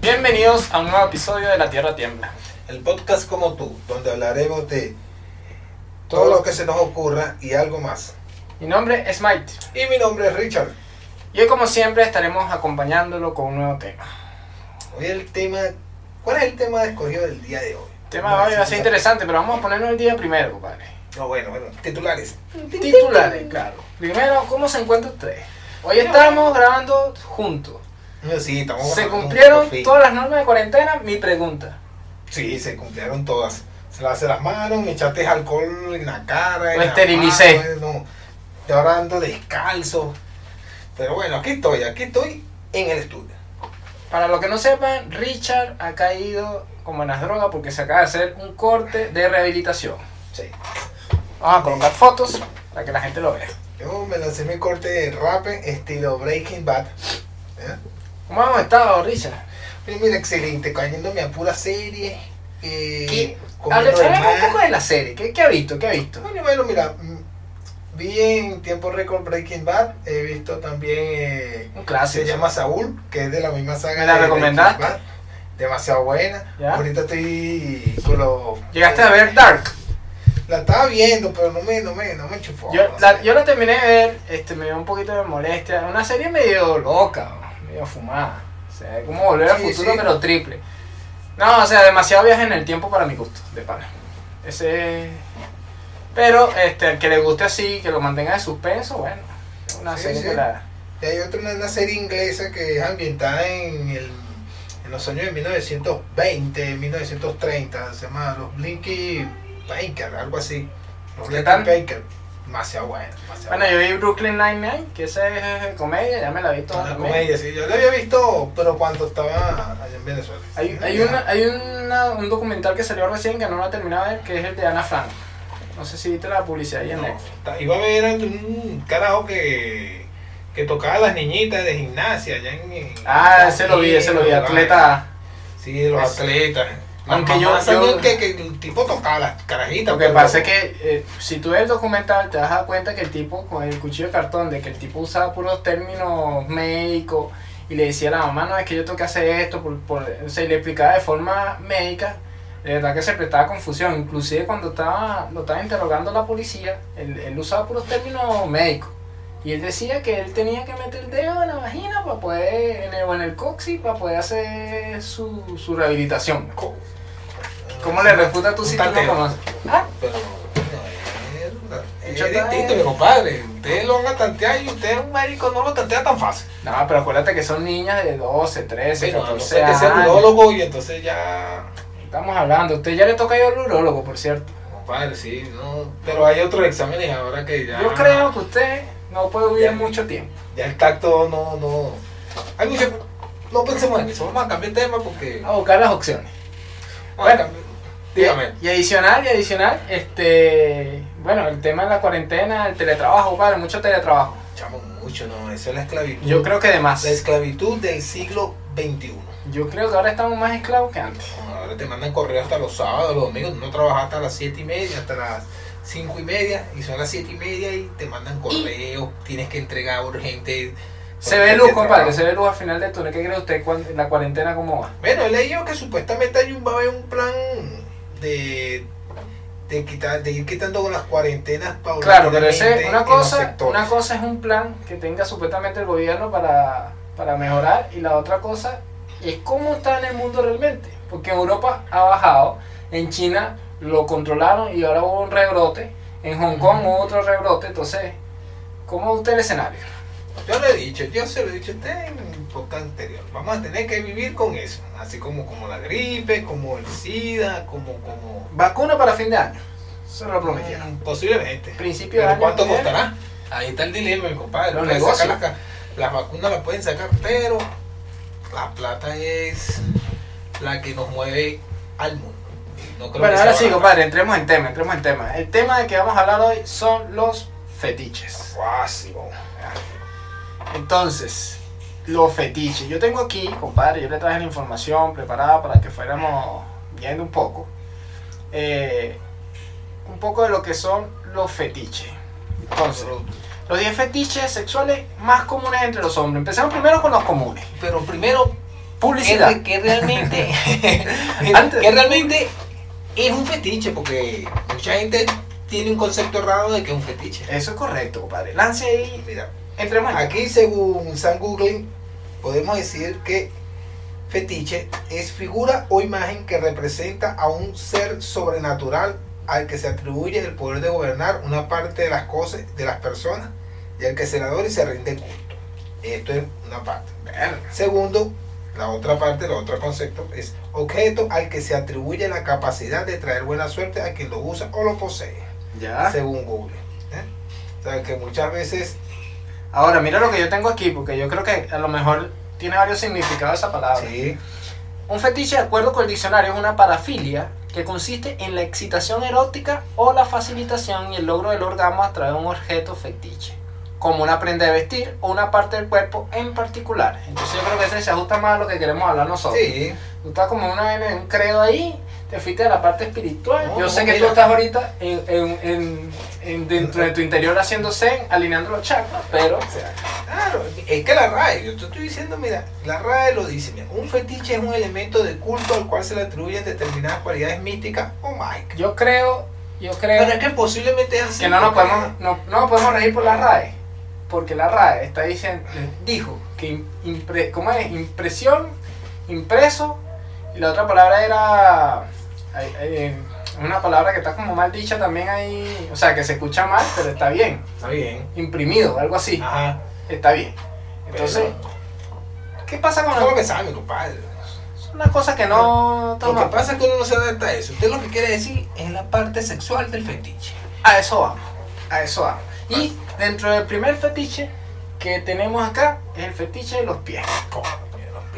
Bienvenidos a un nuevo episodio de La Tierra Tiembla. El podcast como tú, donde hablaremos de todo lo que se nos ocurra y algo más. Mi nombre es Mike Y mi nombre es Richard. y hoy como siempre estaremos acompañándolo con un nuevo tema. Hoy el tema, ¿cuál es el tema escogido del día de hoy? El tema de hoy va a ser interesante, pero vamos a ponernos el día primero, compadre. No, bueno, bueno, titulares. Titulares, claro. Primero, ¿cómo se encuentra usted? Hoy estamos grabando juntos. No, Sí, estamos ¿Se grabando cumplieron por fin. todas las normas de cuarentena? Mi pregunta. Sí, se cumplieron todas. Se lavé las manos, me echaste alcohol en la cara. en Me la esterilicé. mano, eh, no. Te ahora ando descalzo. Pero bueno, aquí estoy, aquí estoy en el estudio. Para los que no sepan, Richard ha caído como en las drogas porque se acaba de hacer un corte de rehabilitación. Sí. Vamos a colocar fotos para que la gente lo vea. Yo me lancé mi corte de rap estilo Breaking Bad. ¿eh? ¿Cómo hemos estado, Richard? Pero mira, excelente, cayéndome a pura serie. Eh, ¿Qué? Hable- comiendo de Hablemos un más. poco de la serie. ¿Qué, qué ha visto? ¿Qué ha visto? Bueno, bueno, mira, mm, vi en tiempo récord Breaking Bad, he visto también, eh, Un clásico. se llama Saúl, que es de la misma saga. ¿Me la de Breaking recomendaste? Bad. Demasiado buena. ¿Ya? Ahorita estoy con los... ¿Llegaste a ver Dark? La estaba viendo, pero no me, no me, no me enchufó. Yo no la, sé. yo la terminé de ver, este, me dio un poquito de molestia. Una serie medio loca, ¿no? medio fumada. O sea, es como volver al Sí, futuro, sí. pero triple. No, o sea, demasiado viaje en el tiempo para mi gusto, de pana. Ese. Pero, este, al que le guste así, que lo mantenga de suspenso, bueno. es Una Sí, serie sí. que la. Y hay otra, una, una serie inglesa que es ambientada en, el, en los años de 1920, 1930, se llama Los Blinky Baker, algo así. Los ¿Qué Blinky tal? Baker. Demasiado bueno, demasiado Bueno, yo vi Brooklyn Nine-Nine, que esa es comedia, ya me la vi toda. Una también. comedia, sí. Yo la había visto, pero cuando estaba allá en Venezuela. Hay, hay, una, hay una- un documental que salió recién que no lo he terminado de ver, que es el de Ana Frank. No sé si viste la publicidad ahí en No, Netflix. ta- iba a ver a un carajo que, que tocaba a las niñitas de gimnasia allá en... en- Ah, ese lo vi, ese lo vi, Ah, atleta. A. Sí, los Ese. atletas. Aunque Aunque yo- yo, yo- que, que el tipo tocaba las carajitas. Lo que pero- pasa es que eh, si tú ves el documental te vas a dar cuenta que el tipo con el cuchillo de cartón, de que el tipo usaba puros términos médicos y le decía a la mamá, no, es que yo tengo que hacer esto, por, por, o sea, y le explicaba de forma médica, de verdad que se prestaba confusión. Inclusive cuando estaba, lo estaba interrogando la policía, él, él usaba puros términos médicos. Y él decía que él tenía que meter el dedo en la vagina para poder, en el, o en el coxis, para poder hacer su, su rehabilitación. Co- ¿Cómo le refuta tú Un si tú no tanteo. conoces? ¿Ah? Pero, mierda, es Yo también. distinto, mi compadre. Ustedes lo van a tantear y usted, un marico, no lo tantea tan fácil. No, pero acuérdate que son niñas de 12, 13, Bueno, a no 14 ser que sea años. urólogo y entonces ya... Estamos hablando. Usted ya le toca ir al urólogo, por cierto. Compadre, sí, no. Pero hay otros exámenes ahora que ya... Yo creo que usted no puede vivir Ya. mucho tiempo. Ya el tacto no, no... Hay mucho... No pensemos en eso, vamos a cambiar de tema porque... A buscar las opciones. Vamos a Bueno. cambiar- dígame. Y adicional, y adicional, este. Bueno, el tema de la cuarentena, el teletrabajo, padre, mucho teletrabajo. Chamo, mucho, no, eso es la esclavitud. Yo creo que de más. La esclavitud del siglo XXI. Yo creo que ahora estamos más esclavos que antes. Ahora te mandan correo hasta los sábados, los domingos. No trabajas hasta las 7 y media, hasta las 5 y media. Y son las 7 y media y te mandan correos. Tienes que entregar urgente. Se ve luz, compadre, se ve luz al final de túnel. ¿Qué cree usted cuán- la cuarentena cómo va? Bueno, he leído que supuestamente hay un, va a haber un plan de, de, quitar, de ir quitando las cuarentenas Claro, paulatinamente pero ese, en una, los cosa, sectores. una cosa es un plan que tenga supuestamente el gobierno para, para mejorar y la otra cosa es cómo está en el mundo realmente. Porque en Europa ha bajado, en China lo controlaron y ahora hubo un rebrote, en Hong Kong Ujú. hubo otro rebrote, entonces, ¿cómo ve usted el escenario? Yo lo he dicho, yo se lo he dicho a usted en el podcast anterior. Vamos a tener que vivir con eso. Así como, como la gripe, como el SIDA, como... como Vacuna para fin de año, se lo prometieron. Mm, Posiblemente. Principio de Pero año. ¿cuánto viene. costará? Ahí está el dilema, mi compadre. Los Pueden negocios. sacar las, ca- las vacunas las pueden sacar, pero la plata es la que nos mueve al mundo. No creo Bueno, que ahora sea sí, barata. compadre, entremos en tema, entremos en tema. El tema del que vamos a hablar hoy son los fetiches. Ah, sí, vamos. Entonces, los fetiches. Yo tengo aquí, compadre, yo le traje la información preparada para que fuéramos viendo un poco. eh, un poco de lo que son los fetiches. Entonces, los 10 fetiches sexuales más comunes entre los hombres. Empecemos primero con los comunes. Pero primero, Publicidad. Que, que realmente. Antes. que realmente es un fetiche, porque mucha gente tiene un concepto errado de que es un fetiche. Eso es correcto, compadre. Lance ahí, Mira, entre más. aquí según San Google, podemos decir que fetiche es figura o imagen que representa a un ser sobrenatural al que se atribuye el poder de gobernar una parte de las cosas, de las personas, y al que se le adora y se rinde culto. Esto es una parte. Segundo, la otra parte, el otro concepto es objeto al que se atribuye la capacidad de traer buena suerte a quien lo usa o lo posee, Ya. según Google. ¿eh? O sea, que muchas veces Ahora, mira lo que yo tengo aquí, porque yo creo que a lo mejor tiene varios significados esa palabra. sí, Un fetiche, de acuerdo con el diccionario, es una parafilia que consiste en la excitación erótica o la facilitación y el logro del orgasmo a través de un objeto fetiche, como una prenda de vestir o una parte del cuerpo en particular. Entonces yo creo que ese se ajusta más a lo que queremos hablar nosotros. sí, Tú estás como una vaina en un credo ahí, te fuiste a la parte espiritual. No, yo sé que mira. tú estás ahorita en, en- en- en- dentro de tu interior haciendo zen, alineando los chakras, pero... o sea, claro, es que la RAE, yo te estoy diciendo, mira, la RAE lo dice, mira, un fetiche es un elemento de culto al cual se le atribuyen determinadas cualidades místicas o mágicas. Yo creo, yo creo... Pero es que posiblemente es así. Eh. que no nos porque- podemos, no, no nos podemos reír por la RAE, porque la RAE está diciendo, dijo que im- impre- ¿cómo es? impresión, impreso, y la otra palabra era ay, ay, eh, una palabra que está como mal dicha también ahí, o sea que se escucha mal, pero está bien, Está bien. imprimido, algo así, Ajá. está bien. Entonces, ¿qué pasa con Eso es lo la, que sabe, compadre. son las cosas que no Lo que toma- pasa es que uno no se adapta a eso. Usted lo que quiere decir es la parte sexual del fetiche. A eso vamos, a eso vamos. Y dentro del primer fetiche que tenemos acá es el fetiche de los pies.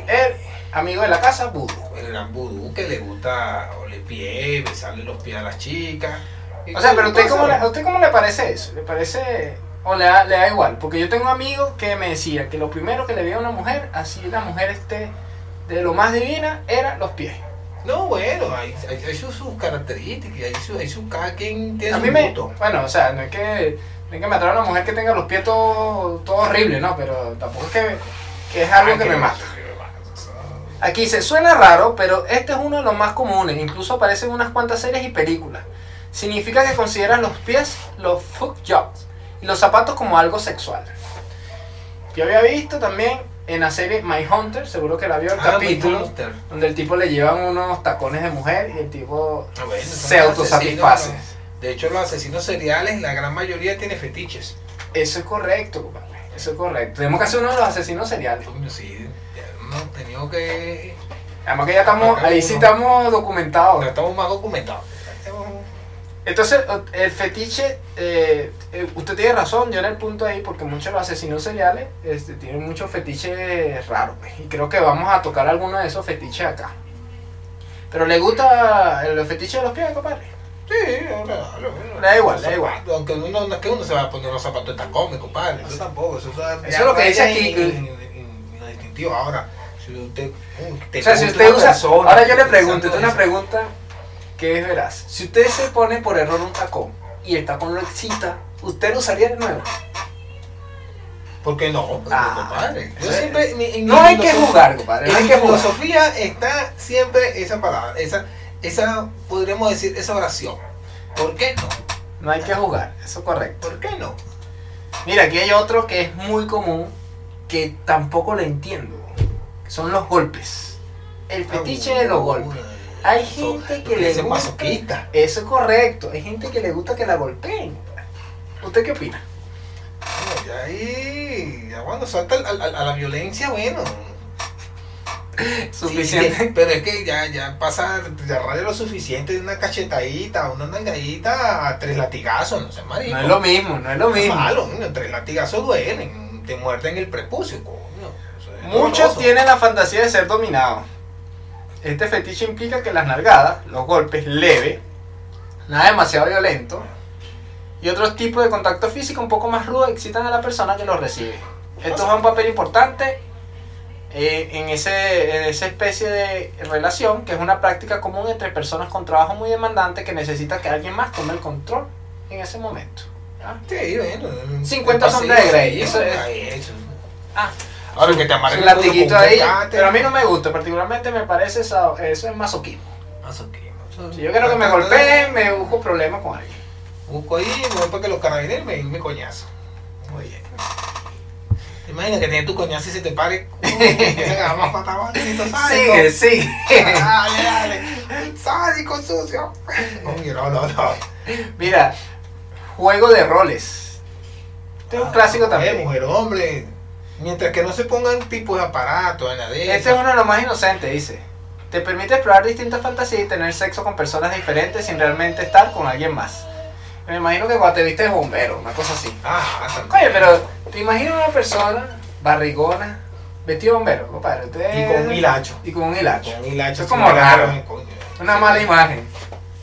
El amigo de la casa, Budo. El gran vudú que le gusta oler pie, besarle los pies a las chicas. O sea, pero usted ¿Qué cómo, le, pasa? ¿a usted cómo le parece eso? ¿Le parece.? O le da, le da igual, porque yo tengo amigos que me decía que lo primero que le veía a una mujer, así la mujer esté de lo más divina, era los pies. No, bueno, hay, hay, hay sus, sus características, hay su, hay su cada quien tiene A su mí me. gusto. Bueno, o sea, no es que. No es que matar a una mujer que tenga los pies todo, todo horrible, ¿no? Pero tampoco es que, que es algo Ay, que me no mata. sé, que me mata, o sea, Aquí se suena raro, pero este es uno de los más comunes, incluso aparece en unas cuantas series y películas. Significa que consideran los pies, los foot jobs, y los zapatos como algo sexual. Yo había visto también en la serie My Hunter, seguro que la vio el ah, capítulo, Monster. donde el tipo le llevan unos tacones de mujer y el tipo Ah, bueno, son se autosatisface. asesinos, ¿no? De hecho, los asesinos seriales, la gran mayoría tiene fetiches. Eso es correcto, compadre, Eso es correcto. Tenemos que hacer uno de los asesinos seriales. Coño, sí, ya hemos tenido que Además que ya estamos, ahí sí estamos documentados. Ahora estamos más documentados. Estamos- Entonces, o- el fetiche, eh, eh, usted tiene razón, yo en el punto ahí, porque muchos de los asesinos seriales este, tienen muchos fetiches raros, pues, y creo que vamos a tocar alguno de esos fetiches acá. Pero le gusta el fetiche de los pies, compadre. Sí, ahora, ahora, bueno. Da igual, da Los igual. zapatos, Aunque uno, no es que uno se va a poner los zapatos de tacón, mi compadre. Eso tampoco. Eso, está- Eso es lo que ya dice vaya aquí, en- que- en- en- en lo distintivo. Ahora, si usted. uh, te O sea, si gusta usted una usa. persona, ahora yo le está pregunto, esta pensando es una eso. pregunta que es veraz. Si usted se pone por error un tacón y el tacón lo excita, ¿usted lo usaría de nuevo? ¿Por qué no? mi Ah, compadre. Yo sí. siempre. mi- en No mi hay que filosofía- jugar, compadre, no En hay mi que jugar. filosofía está siempre esa palabra, esa, esa, podríamos decir, esa oración. ¿Por qué no? No hay que jugar, eso es correcto. ¿Por qué no? Mira, aquí hay otro que es muy común, que tampoco lo entiendo. que Son los golpes. Ah, El fetiche de los golpes. Hay gente que le dicen gusta- masoquista. Eso es correcto. Hay gente que le gusta que la golpeen. ¿Usted qué opina? No, ya ahí, ya cuando salta al- al- a, la violencia, bueno. sí, pero es que ya, ya pasa ya raya lo suficiente de una cachetadita, una nangadita, a tres latigazos, no sé, marico. No es lo mismo, no es lo No es mismo. malo, niño, tres latigazos duelen, te muerden el prepucio, coño. eso es Muchos doloroso. tienen la fantasía de ser dominados. Este fetiche implica que las nalgadas, los golpes leves, nada demasiado violento, y otros tipos de contacto físico un poco más rudo excitan a la persona que los recibe. Esto juega un papel importante eh, en, ese, en esa especie de relación, que es una práctica común entre personas con trabajo muy demandante que necesita que alguien más tome el control en ese momento. ¿ya? Sí, bueno. 50 el sombras de paseo, Grey, sí, eso es. ahí, eso. Ah, Ahora que te Su amarren latiguito ahí. cate. Pero a mí no me gusta, particularmente me parece esa- eso es masoquismo. Ah, Si yo quiero que me golpeen, me busco problemas con alguien. Busco ahí, me voy para que los carabineros me den mi coñazo. Oye. ¿Te imaginas que tenés tu coñazo y se te pare? Uy, Se agarra más patabacito, Sigue, sádico. sigue. Dale, dale. Un Sádico sucio. Oye, no, no, no. Mira, juego de roles. Este es un clásico Eh, también. mujer, hombre. Mientras que no se pongan tipos de aparatos en la de Este es uno de los más inocentes, dice. Te permite explorar distintas fantasías y tener sexo con personas diferentes sin realmente estar con alguien más. Me imagino que cuando te viste de bombero, una cosa así. Ah, Santa. Oye, pero te imaginas una persona barrigona, vestido de bombero, compadre. Usted- Y con un hilacho. Y con un hilacho. Con un hilacho. Eh. Es como sin raro. agarrar, coño. Una mala imagen.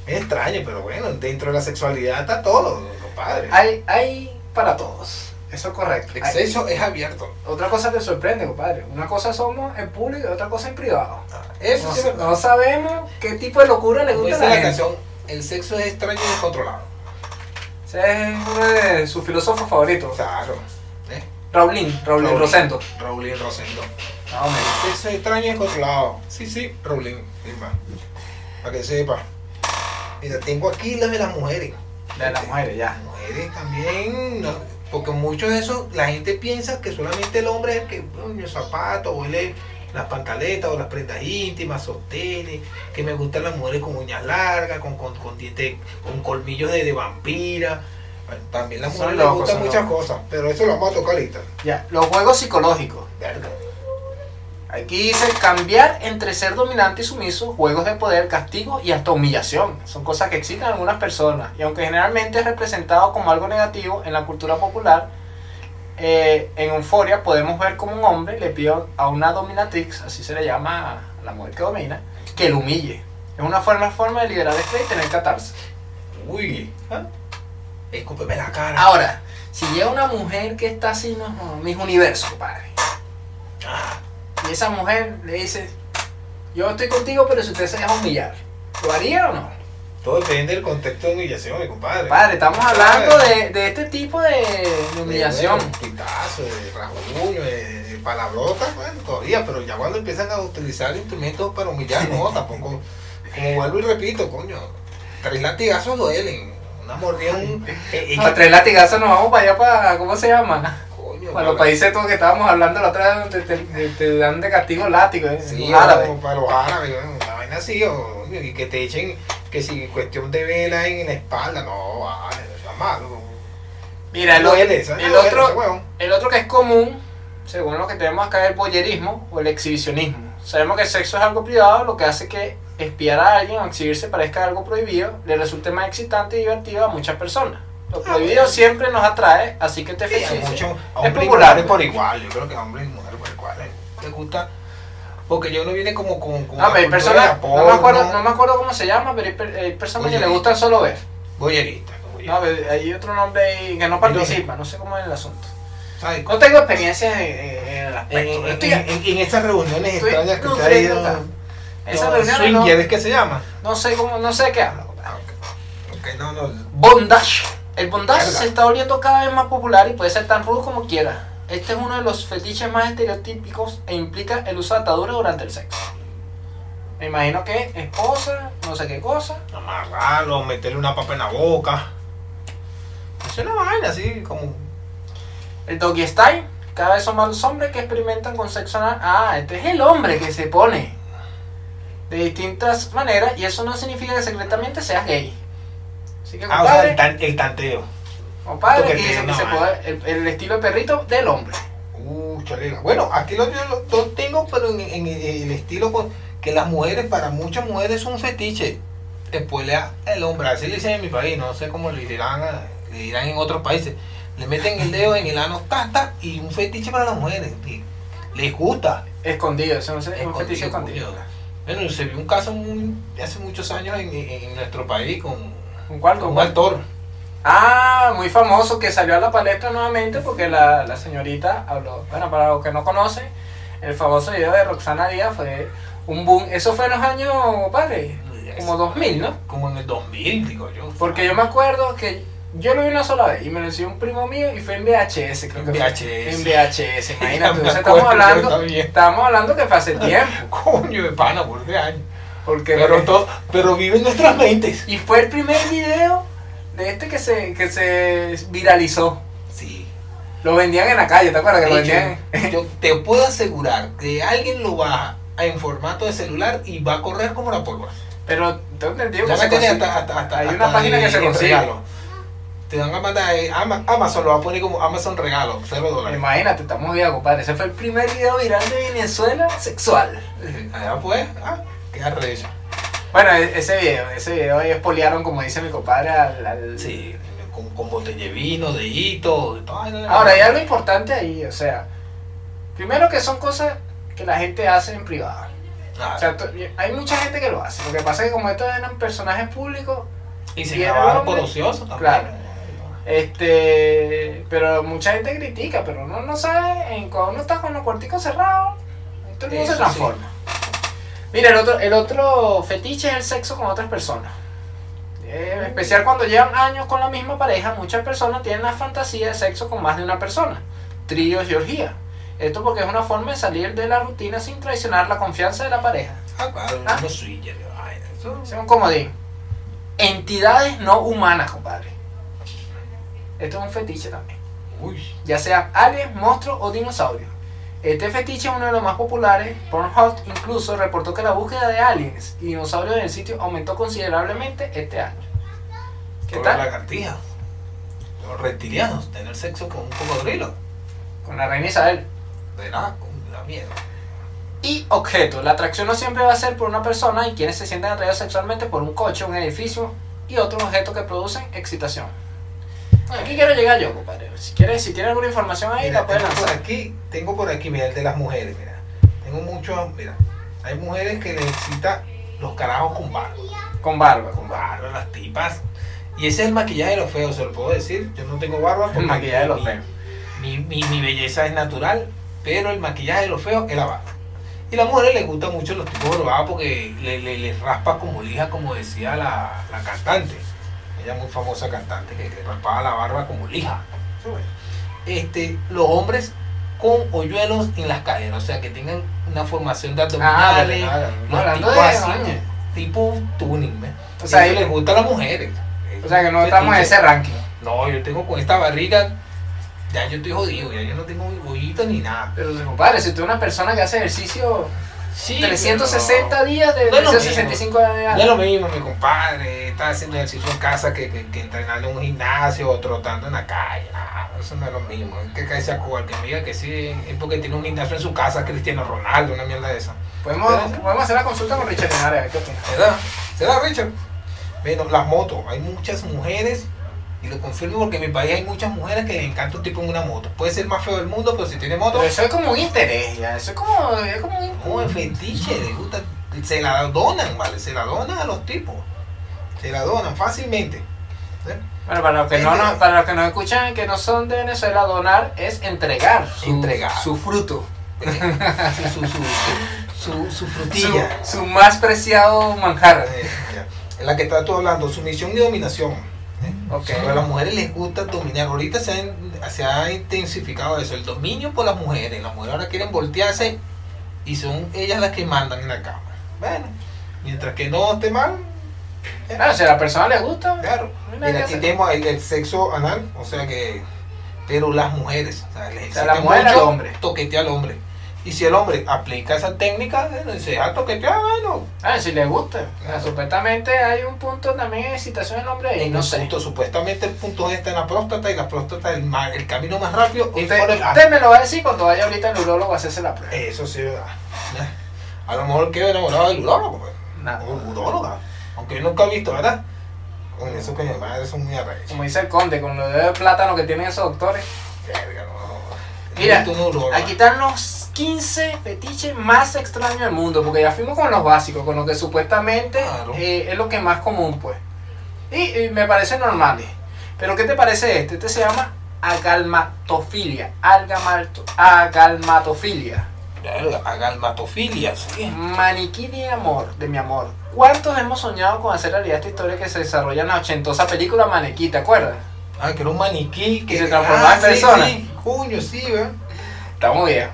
Es extraño, pero bueno, dentro de la sexualidad está todo, compadre. Hay, hay para todos. Eso es correcto. El Hay- sexo es abierto. Otra cosa te sorprende, compadre. Una cosa somos en público y otra cosa en privado. Eso No, sí es sa- verdad. no sabemos qué tipo de locura le Como gusta dice a la, Pues, la gente. canción, el sexo es extraño y descontrolado. Ese es uno de sus filósofos favoritos. Claro. Raulín, Raulín Raulín. Rosendo. Raulín Rosendo. Más o menos. El sexo es extraño y descontrolado. Sí, sí, Raulín. Epa. Para que sepa. Mira, tengo aquí las de las mujeres. De las mujeres, ya. Las mujeres también. no, porque mucho de eso, la gente piensa que solamente el hombre es el que pone los zapatos, o él es las pantaletas o las prendas íntimas, sostenes, que me gustan las mujeres con uñas largas, con, con, con dientes, con colmillos de, de vampira. Bueno, También las Son mujeres les locos, gustan son muchas cosas, pero eso lo vamos a tocar ahorita. Ya. Los juegos psicológicos. Verga. Aquí dice cambiar entre ser dominante y sumiso, juegos de poder, castigo y hasta humillación. Son cosas que existen en algunas personas. Y aunque generalmente es representado como algo negativo en la cultura popular, eh, en Euforia podemos ver como un hombre le pide a una dominatrix, así se le llama a la mujer que domina, que lo humille. Es una forma, forma de liberar estrés y tener catarsis. Uy, ¿ah? escúpeme la cara. Ahora, si llega una mujer que está así, no, no, mis universos, padre. Ah, Y esa mujer le dice, yo estoy contigo, pero si usted se deja humillar, ¿lo haría o no? todo depende del contexto de humillación, mi compadre. Padre, estamos hablando de, de este tipo de, de humillación. De, pitazo, de rasguño, de, de palabrotas, bueno, todavía, pero ya cuando empiezan a utilizar instrumentos para humillar, no, tampoco. Como vuelvo y repito, coño, tres latigazos duelen. Una mordida, un. eh, eh, A Ah, tres latigazos nos vamos para allá, para, ¿cómo se llama? coño, Para los países todos que estábamos hablando la otra vez, donde te, te- te dan de castigo látigo, ¿eh? Sí, Los árabes. o para los árabes, bueno, una vaina así, o, y que te echen, que si cuestión de vela en la espalda, no, vale, eso es malo. Mira, el, Duele, otro- eso el duele, ese otro, huevón. el otro que es común, según lo que tenemos acá, es el boyerismo o el exhibicionismo. Sabemos que el sexo es algo privado, lo que hace que espiar a alguien o exhibirse parezca algo prohibido, le resulte más excitante y divertido a muchas personas. Lo prohibido Ah, bueno. siempre nos atrae, así que te Sí, a felicito. mucho- a Es hombres y popular. mujeres por igual, yo creo que a hombres y mujeres por igual. eh, Les gusta, porque yo no viene como con. con No, una pero hay cultura de personas, no me, acuerdo, porno, no me acuerdo cómo se llama, pero hay, per- hay personas que le Voyerismo. gustan solo ver. voyerista, como yo. No, pero hay otro nombre ahí que no participa, no sé cómo es el asunto. ¿Sabes? No tengo experiencia en, en- en el En, aspecto. en- Estoy- en- en- en esas reuniones estoy extrañas que usted ha nutriendo ido. acá. esa no, reunión no- swinger, ¿es que se llama? No sé cómo, no sé de qué hablo. Ah, ok. Ok, no, no. Bondage. El bondage Verga. se está volviendo cada vez más popular y puede ser tan rudo como quiera. Este es uno de los fetiches más estereotípicos e implica el uso de ataduras durante el sexo. Me imagino que esposa, no sé qué cosa. Amarrarlo, meterle una papa en la boca. Es una vaina así, como. El doggy style. Cada vez son más los hombres que experimentan con sexo anal. Ah, este es el hombre que se pone de distintas maneras y eso no significa que secretamente seas gay. Así que, Ah, o sea, el, compadre, tan- el tanteo. compadre, toque aquí dice el que dedo, se no, puede- el- el estilo de perrito del hombre. Uh, chalega. Bueno, aquí lo, yo lo- lo tengo, pero en, en el- el estilo con- que las mujeres, para muchas mujeres, son un fetiche. Espolea el hombre, así le dicen en mi país, no sé cómo le dirán, a- le dirán en otros países. Le meten el dedo en el ano, tata, y un fetiche para las mujeres. y les gusta. Escondido, eso no sé, es un fetiche escondido. Bueno, se vio un caso muy- hace muchos años en, en- en nuestro país con, ¿Con cuál? con ¿Con un cuál? actor. Ah, muy famoso que salió a la palestra nuevamente porque la, la señorita habló. Bueno, para los que no conocen, el famoso video de Roxana Díaz fue un boom. Eso fue en los años, padre, como 2000, ¿no? Como en el 2000, digo yo. Porque yo me acuerdo que Yo lo vi una sola vez y me lo enseñó un primo mío y fue en VHS, creo que fue. VHS. En VHS, Ya imagínate. me Entonces acuerdo, estamos yo hablando, también. estamos hablando que fue hace tiempo. Coño de pana, por de años. Porque Pero, to- pero vive en nuestras mentes. Y fue el primer video de este que se, que se viralizó. Sí. Lo vendían en la calle, ¿te acuerdas que lo De hecho, vendían? yo te puedo asegurar que alguien lo baja en formato de celular y va a correr como la pólvora. Pero tengo entendido que Ya me se tiene consigue. hasta, hasta- hasta- Hay hasta una página de- que se de consigue. regalo. Te van a mandar eh, Ama- Amazon, lo va a poner como Amazon regalo, 0 dólares. Imagínate, estamos bien, compadre. Ese fue el primer video viral de Venezuela sexual. Allá pues, ah, qué arrecho. Bueno, e- ese video, ese video ahí espolearon, como dice mi compadre, al. al- Sí, con, con botella de vino, de hito, de toda vaina. Ahora, hay algo importante ahí, o sea, primero que son cosas que la gente hace en privado. Ah, O sea, tú- hay mucha gente que lo hace. Lo que pasa es que como estos eran personajes públicos, y se y el grabaron hombre- por ocioso también. Claro. Este, pero mucha gente critica, pero uno no sabe, en, cuando uno está con los cuarticos cerrados, todo el mundo Eso se transforma. Mira, el otro, el otro fetiche es el sexo con otras personas. Eh, En especial cuando llevan años con la misma pareja, muchas personas tienen la fantasía de sexo con más de una persona, tríos y orgía. Esto porque es una forma de salir de la rutina sin traicionar la confianza de la pareja. Ah, claro, Ah. unos swingers, de vaina, eso. Ese Es un comodín. Entidades no humanas, compadre. Esto es un fetiche también. Uy, ya sean aliens, monstruos o dinosaurios. Este fetiche es uno de los más populares. Pornhub incluso reportó que la búsqueda de aliens y dinosaurios en el sitio aumentó considerablemente este año. ¿Qué con tal? la lagartija. Los reptilianos, tener sexo con un cocodrilo. Con la reina Isabel. De nada, con la mierda. Y objeto. La atracción no siempre va a ser por una persona y quienes se sienten atraídos sexualmente por un coche, un edificio y otros objetos que producen excitación. Aquí quiero llegar yo, compadre. Si quieres, si tienes alguna información ahí, Mira, la puedes tengo por lanzar. aquí, tengo por aquí, mira, el de las mujeres, mira. Tengo muchos, mira. Hay mujeres que les excita Los carajos con barba. Con barba, con Con barba, las tipas. Y ese es el maquillaje de los feos, se lo puedo decir. Yo no tengo barba porque El maquillaje de los mi- feos. Mi, mi- mi belleza es natural, pero el maquillaje de los feos es la barba. Y a las mujeres les gustan mucho los tipos barbados porque le- le- les raspa como lija, como decía la, la cantante. Ella muy famosa cantante que le raspaba la barba como lija. Eso bueno. Este, los hombres con hoyuelos en las caderas, o sea que tengan una formación de Ah, abdominales, no, los hablando tipos de así, baño. tipo tuning, ¿me? O sea, eso les gusta a las mujeres. O sea que no estamos en ese ranking. No, yo tengo con esta barriga, ya yo estoy jodido, ya yo no tengo bollito ni nada. Pero compadre, si tú eres una persona que hace ejercicio Sí, 360 días de No es lo 365 de pero No es lo mismo, mi compadre, está haciendo ejercicio en casa que, que, que entrenando en un gimnasio o trotando en la calle. Nah, eso no es lo mismo. Es que cae a cual que me diga que sí, es porque tiene un gimnasio en su casa, Cristiano Ronaldo, una mierda de esa. Podemos, Pero- podemos hacer la consulta con Richard Linares, a ver qué opina. ¿Se da? ¿Se da, Richard? Bueno, las motos. Hay muchas mujeres, y lo confirmo porque en mi país hay muchas mujeres que les encanta un tipo en una moto. Puede ser más feo del mundo, pero si tiene moto, Pero eso es como un interés, ya. Eso es como, es como un... como el fetiche, le gusta. Se la donan, ¿vale? Se la donan a los tipos. Se la donan fácilmente. Bueno, para los que no, no- para los que nos escuchan que no son de Venezuela, donar es entregar su, Entregar. su fruto, Su, Pues, su, su, su, su- su su, frutilla. su más preciado manjar. Eh, ya. En la que estás tú hablando, sumisión y dominación. ¿eh? Ok. Pero a las mujeres les gusta dominar. Ahorita se ha, in- se ha intensificado eso, el dominio por las mujeres. Las mujeres ahora quieren voltearse y son ellas las que mandan en la cama. Bueno, mientras que no esté mal, Claro, si a la persona le gusta, claro. no hay nada que Mira, aquí hacer. tenemos el, el sexo anal, o sea que. Pero las mujeres, o sea, les O sea, la excita mujer al mucho hombre. toquetear al hombre. Y si el hombre aplica esa técnica, bueno, y se deja toquetear, bueno, Ah, si le gusta. O sea, Claro. supuestamente hay un punto también de excitación del hombre y En no el sé. punto, supuestamente el punto G está en la próstata y la próstata es el, ma- el camino más rápido es Usted, por el ano. usted me lo va a decir cuando vaya ahorita el urólogo a hacerse la prueba. Eso sí, ¿verdad? A lo mejor quedo enamorado del urólogo, pues. Nada. O uróloga. Aunque yo nunca he visto, ¿verdad? Con eso que mi madre son muy arrechos. Como dice el conde, con los dedos de plátano que tienen esos doctores. Verga, no, no. Mira, Tú no uróloga. Aquí están los 15 fetiches más extraños del mundo, porque ya fuimos con los básicos, con lo que supuestamente Claro. eh, es lo que más común, pues. Y, y me parecen normales. Pero ¿qué te parece este? Este se llama agalmatofilia. Algamalto, agalmatofilia. Verga, agalmatofilia, sí. Maniquí de amor, de mi amor. ¿Cuántos hemos soñado con hacer realidad esta historia que se desarrolla en la ochentosa película Maniquí, te acuerdas? Ah, que era un maniquí que Ah, se transformaba en sí, persona. Sí, coño, sí, ¿verdad? Pues Estamos bien.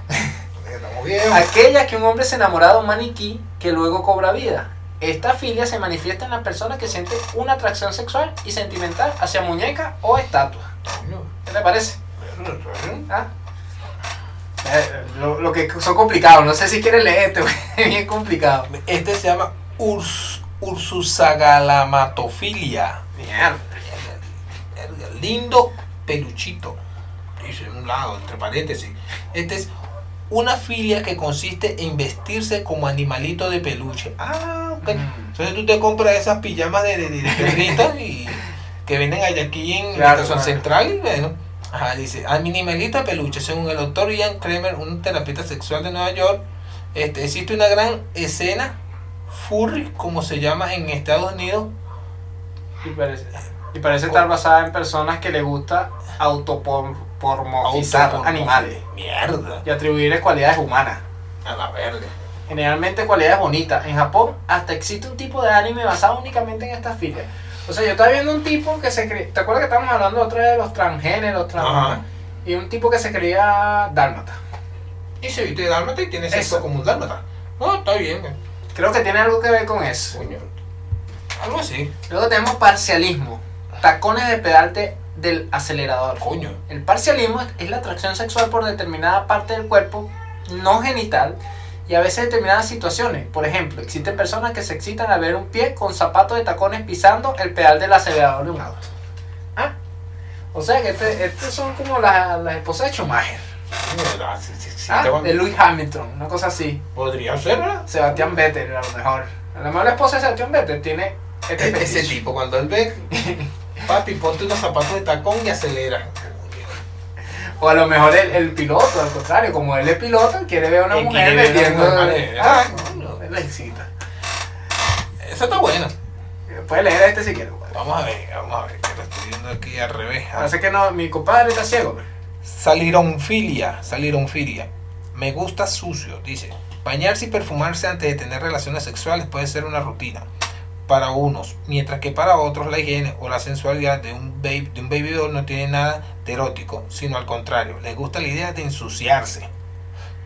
Estamos viejos. Aquella que un hombre se enamora de un maniquí que luego cobra vida. Esta filia se manifiesta en las personas que sienten una atracción sexual y sentimental hacia muñecas o estatuas. Coño, ¿Qué te parece? bueno, bueno. ¿Ah? Eh, Lo, lo que son complicados, no sé si quieres leer este, güey, es bien complicado. Este se llama Urs, Ursusagalamatofilia. Mierda. Verga, Lindo peluchito. Dice en un lado, entre paréntesis. Este es una filia que consiste en vestirse como animalito de peluche. Ah, ok. Mm. Entonces tú te compras esas pijamas de, de, de- de perritos y que venden allá aquí en la Claro, estación claro. central y bueno. Ajá, dice, animalito de peluche, según el doctor Ian Kremer, un terapeuta sexual de Nueva York, este, existe una gran escena furry, como se llama en Estados Unidos, Y parece, y parece estar basada en personas que le gusta autopormofizar Autopormofizar. Oh, animales Mierda. y atribuirles cualidades humanas. A la verga. Generalmente cualidades bonitas. En Japón hasta existe un tipo de anime basado únicamente en estas filias. O sea, yo estaba viendo un tipo que se creía... ¿Te acuerdas que estábamos hablando otra vez de los transgéneros? Trans Ajá. Y un tipo que se creía dálmata. Y se viste de dálmata y tiene sexo Eso. como un dálmata. No, está bien, güey. Creo que tiene algo que ver con eso. coño. Algo así, Luego tenemos parcialismo. Tacones de pedal de- del acelerador. coño. El parcialismo es la atracción sexual por determinada parte del cuerpo no genital y a veces determinadas situaciones. Por ejemplo, existen personas que se excitan al ver un pie con zapatos de tacones pisando el pedal del acelerador de un auto. ¿Ah? O sea que este- estas son como las, las esposas de Schumacher. Coño, la- si- si- si ¿ah? te van- De Louis Hamilton, una cosa así. Podría ser, ¿verdad? Sebastián Vettel, a lo mejor. A lo mejor la esposa de Sebastián Vettel tiene este E- Ese fetiche. tipo, cuando él ve, papi, ponte unos zapatos de tacón y acelera. O a lo mejor el, el piloto, al contrario, como él es piloto, quiere ver a una Y mujer quiere ver a metiendo. una mujer, ¿verdad? Ah, Coño. él la excita. Eso está bueno. Puedes leer este si quieres. güey. Vamos a ver, vamos a ver, que lo estoy viendo aquí al revés. Ah. Parece que no, mi compadre está ciego. pues. güey. Salironfilia, salironfilia. Me gusta sucio, dice. Bañarse y perfumarse antes de tener relaciones sexuales puede ser una rutina para unos, mientras que para otros la higiene o la sensualidad de un baby, de un baby doll no tiene nada de erótico, sino al contrario, les gusta la idea de ensuciarse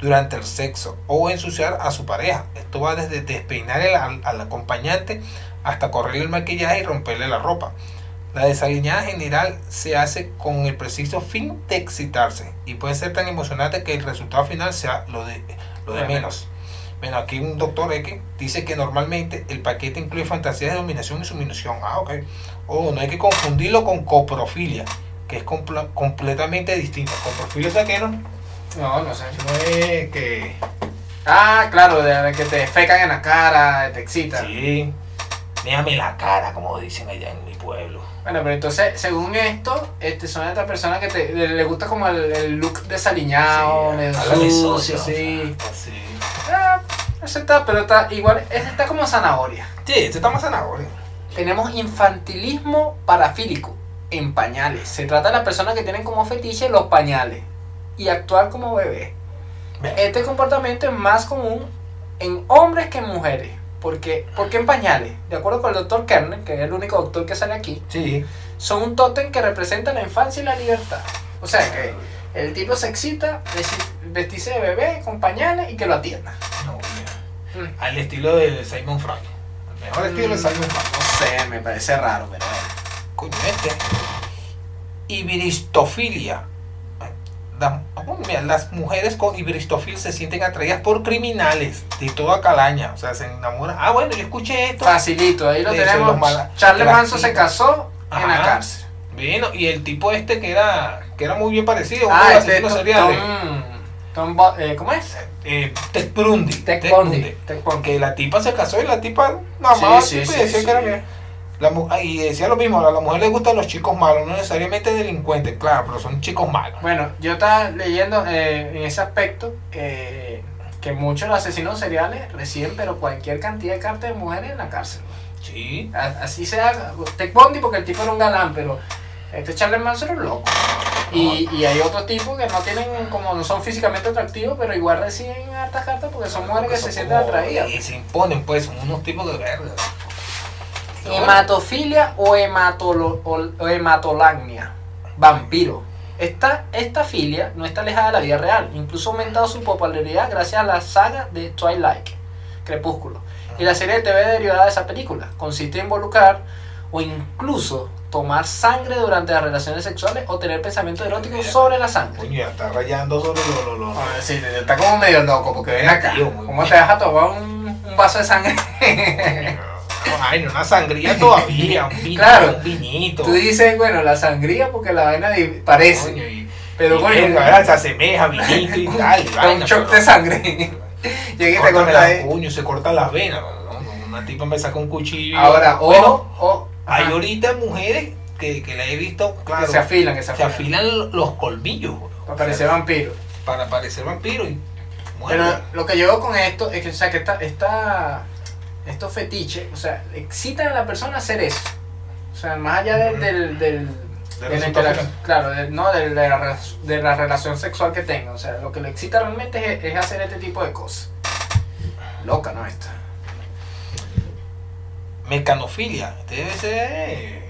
durante el sexo o ensuciar a su pareja. Esto va desde despeinar el- al, al acompañante hasta correrle el maquillaje y romperle la ropa. La desaliñada general se hace con el preciso fin de excitarse y puede ser tan emocionante que el resultado final sea lo de, lo de Lo de menos. Bueno, aquí un doctor X dice que normalmente el paquete incluye fantasías de dominación y suminación. Ah, ok. Oh, no hay que confundirlo con coprofilia, que es compla- completamente distinto. Coprofilia es aquello No, no sé. no es que... Ah, claro, de de que te fecan en la cara, te excita. Sí. Mírame la cara, como dicen allá en mi pueblo. Bueno, pero entonces, según esto, este, son estas personas que te, le, le gusta como el, el look desaliñado, medio háblale Ah, sucio, socio, sí. o sea, sí. Ah, ese está, pero está igual, ese está como zanahoria. Sí, este está más zanahoria. Tenemos infantilismo parafílico en pañales. Se trata de las personas que tienen como fetiche los pañales y actuar como bebés. Ve. Este comportamiento es más común en hombres que en mujeres. Porque, porque en pañales, de acuerdo con el doctor Kerner, que es el único doctor que sale aquí, Sí. son un tótem que representa la infancia y la libertad. O sea que el tipo se excita, vesti- vestirse de bebé con pañales y que lo atienda. No, mira. Mm. Al estilo de Simon Frank. Al mejor estilo de Mm. Simon Frank. No sé, me parece raro, pero bueno. Coño, este. Ibristofilia. La- oh, mira, las mujeres con ibristofilia se sienten atraídas por criminales de toda calaña. O sea, se enamoran. Ah, bueno, yo escuché esto. Facilito, ahí lo Eso es tenemos. lo malo. Charles Clásico. Manson se casó en la Ajá. cárcel. Bueno, y el tipo este que era, que era muy bien parecido. uno de Ah, los este es asesinos Tom, seriales. Tom Bo- eh, ¿Cómo es? Eh, Ted Bundy. Ted Ted Bundy. Bundy. Ted Bundy. Porque la tipa se casó y la tipa nada más Sí, sí, tipo, sí, y decía sí. que era bien. La mu- ah, y decía lo mismo, a la mujer le gustan los chicos malos, no necesariamente delincuentes, claro, pero son chicos malos. Bueno, yo estaba leyendo eh, en ese aspecto eh, que muchos de los asesinos seriales reciben, pero cualquier cantidad de cartas de mujeres en la cárcel. Sí. A- Así sea Ted Bundy porque el tipo era un galán, pero este Charles Manson era un loco. Y, y hay otros tipos que no tienen, como no son físicamente atractivos, pero igual reciben hartas cartas porque son mujeres que, Porque se son sienten como- atraídas. Y se imponen, pues, son unos tipos de verga. Pero bueno, Hematofilia o, hematolo, o- o hematolagnia. vampiro. Esta, esta filia no está alejada de la vida real, incluso ha aumentado su popularidad gracias a la saga de Twilight, Crepúsculo, y la serie de TV derivada de esa película. Consiste en involucrar o incluso tomar sangre durante las relaciones sexuales o tener pensamientos eróticos sobre la sangre. Coño, ya está rayando sobre lo, lo, lo- Ah, Sí, está como medio loco, porque ven acá. Tío, muy ¿Cómo te vas a tomar un, un vaso de sangre? Ay, no, una sangría todavía, un vinito, Claro. un vinito. Tú dices, bueno, la sangría porque la vaina di- parece. Coño, y- pero y coño, verga, ¿verdad? se asemeja, vinito y tal. y un vaina, shock pero- de sangre. Llegué y te Córtame corta las ahí. puños, se cortan las venas. ¿no? Una tipa me saca un cuchillo. Ahora, o, Bueno, o hay ajá, ahorita mujeres que, que la he visto, claro, que se afilan, que se se afilan. afilan los colmillos bro. Para parecer vampiro. para parecer vampiro y Pero muerden. lo que llevo con esto es que, o sea, que esta, esta, estos fetiches, o sea, excitan a la persona a hacer eso. O sea, más allá del... Ujú. del, del- Del de la resultado interac- final. claro, de- no de la, re- de la relación sexual que tenga. O sea, lo que le excita realmente es, es hacer este tipo de cosas. Loca, ¿no? Esta. Mecanofilia, este debe ser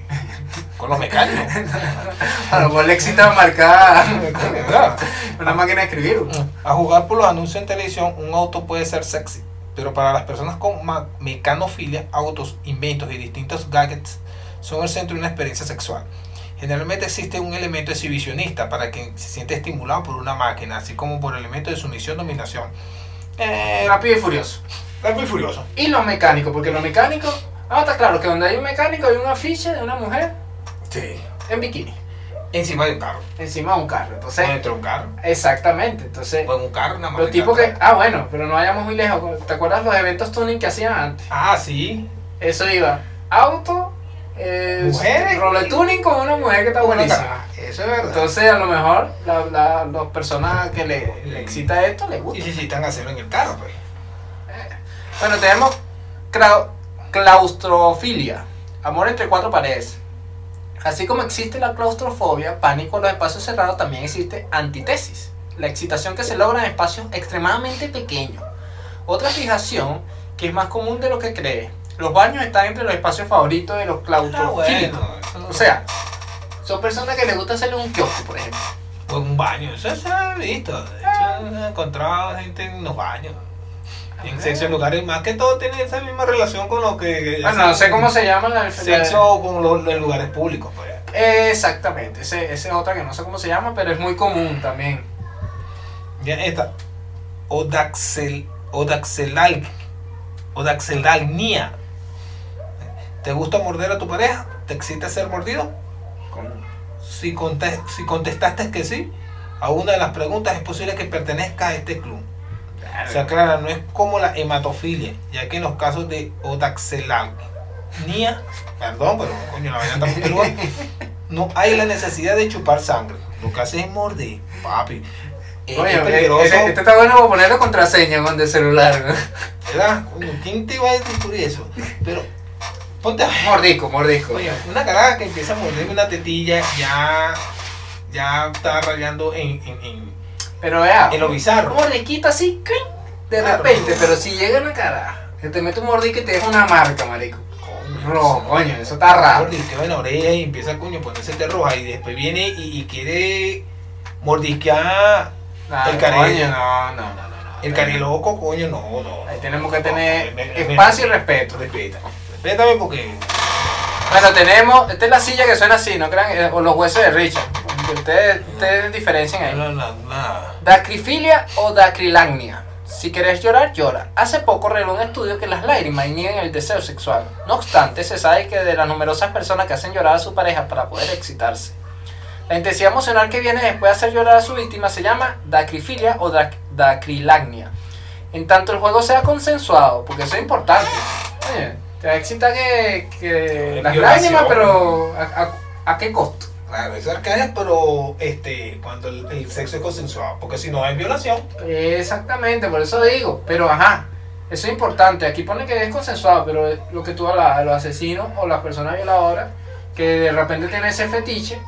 con los mecánicos. A lo mejor le excita marcar ¿Verdad? una máquina de escribir. A jugar por los anuncios en televisión, un auto puede ser sexy, pero para las personas con ma- mecanofilia, autos, inventos y distintos gadgets son el centro de una experiencia sexual. Generalmente existe un elemento exhibicionista para quien se siente estimulado por una máquina, así como por elementos de sumisión, dominación. Eh, Rápido y furioso. es muy furioso. Y los mecánicos, porque los mecánicos... Ah, está claro que donde hay un mecánico hay una ficha de una mujer Sí. en bikini. Encima de un carro. Encima de un carro. Entonces, Dentro de un carro. Exactamente, entonces O en un carro, nada más. los tipos que... Ah, bueno, pero no vayamos muy lejos. ¿Te acuerdas los eventos tuning que hacían antes? Ah, sí. Eso iba auto, eh, Mujeres. role tuning con una mujer que está buenísima. Ah, Eso es verdad. Entonces a lo mejor la- la- las personas que le, le excita esto les y gusta. si están haciendo en el carro, pues. Bueno, tenemos crau- claustrofilia, amor entre cuatro paredes. Así como existe la claustrofobia, pánico en los espacios cerrados, también existe antitesis, la excitación que se logra en espacios extremadamente pequeños. Otra fijación que es más común de lo que cree, los baños están entre los espacios favoritos de los claustrofílicos. Ah, eso no- O sea, son personas que les gusta hacerle un kiosco, por ejemplo. O en un baño, eso se ha visto. De hecho, he encontrado gente en los baños. En sexo en lugares, más que todo tiene esa misma relación con lo que. Bueno, no sé cómo se llama la la- Sexo con los, los lugares públicos, pues. Exactamente, ese- esa es otra que no sé cómo se llama, pero es muy común también. Ya esta. Odaxel, odaxelal, odaxelalnia. ¿Te gusta morder a tu pareja? ¿Te excita ser mordido? Si, conte- si contestaste que sí, a una de las preguntas es posible que pertenezca a este club. Se aclara, no es como la hematofilia, ya que en los casos de odaxelalnia, perdón, pero coño, la vaina está muy peluda, no hay la necesidad de chupar sangre. Lo que hace es morder, papi. Es, Oye, es eh, peligroso, este, este está bueno para ponerle contraseña con el celular. ¿no? ¿verdad? Coño, ¿Quién te iba a descubrir eso? Pero, ponte a ver. Mordisco, mordisco. Coño, una caraja que empieza a morderme una tetilla ya, ya está rayando en, en, en, Pero vea, en lo Ah, bizarro. como le quita así, ¡clin! de Claro. repente, pero si llega una cara, que te mete un mordisco y te deja una marca, marico. Rojo, coño, eso está raro. Mordisqueo en la oreja y empieza coño a ponerse te roja y después viene y, y quiere mordisquear Nah, El cariño. coño, no, no, no, no, no. el cariloco, coño, no, no. Ahí tenemos que No, tener me- me- espacio y me- respeto. Respeta, respétame porque Bueno, tenemos, esta es la silla que suena así, ¿no crean? Eh, O los huesos de Richard. Que Ustedes, ustedes diferencian ahí. no, no, no. Dacrifilia o dacrilagnia. Si querés llorar, llora. Hace poco reveló un estudio que las lágrimas inhiben el deseo sexual. No obstante, se sabe que de las numerosas personas que hacen llorar a su pareja para poder excitarse. La intensidad emocional que viene después de hacer llorar a su víctima se llama dacrifilia o dac- dacrilagnia. En tanto el juego sea consensuado, porque eso es importante. Oye, te va a excitar que, que Eh, las violación. lágrimas, pero ¿a, a, a qué costo? Claro, eso es arcadia, pero este, cuando el, el sexo es consensuado, porque si no es violación. Exactamente, por eso digo. Pero ajá, eso es importante. Aquí pone que es consensuado, pero lo que tú hablas de los asesinos o las personas violadoras que de repente tienen ese fetiche,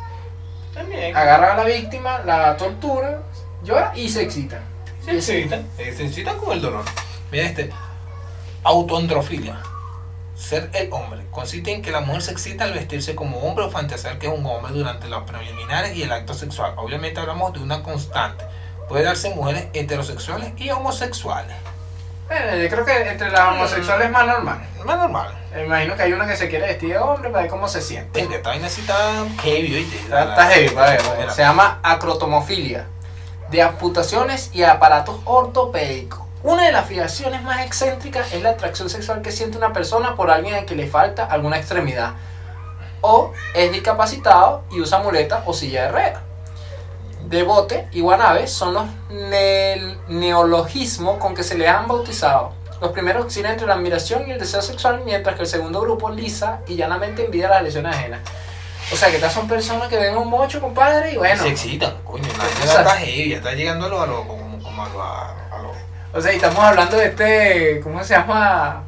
También. agarran a la víctima, la tortura, llora y se excita. Se excitan. eh, Se excitan con el dolor. Mira este. Autoandrofilia. ser el hombre. Consiste en que la mujer se excita al vestirse como hombre o fantasear que es un hombre durante las preliminares y el acto sexual. Obviamente hablamos de una constante. Puede darse en mujeres heterosexuales y homosexuales. Bueno, yo eh, creo que entre las homosexuales es más normal. Más normal. Me imagino que hay uno que se quiere vestir de hombre para ver cómo se siente. Venga, esta vaina sí está heavy, ¿oíste? Está, está heavy, va a ver, va a ver. Se llama acrotomofilia. De amputaciones y aparatos ortopédicos. Una de las fijaciones más excéntricas es la atracción sexual que siente una persona por alguien a quien le falta alguna extremidad. O es discapacitado y usa muleta o silla de ruedas. Devote y Guanave son los nel- neologismos con que se les han bautizado. Los primeros oscilan entre la admiración y el deseo sexual, mientras que el segundo grupo lisa y llanamente envidia las lesiones ajenas. O sea, que estas son personas que ven un mocho, compadre, y bueno. Se excitan, coño. La vaina Exacto. está heavy, ya está llegando a lo, a lo- como, como a lo, a lo- O sea, y estamos hablando de este, ¿cómo se llama?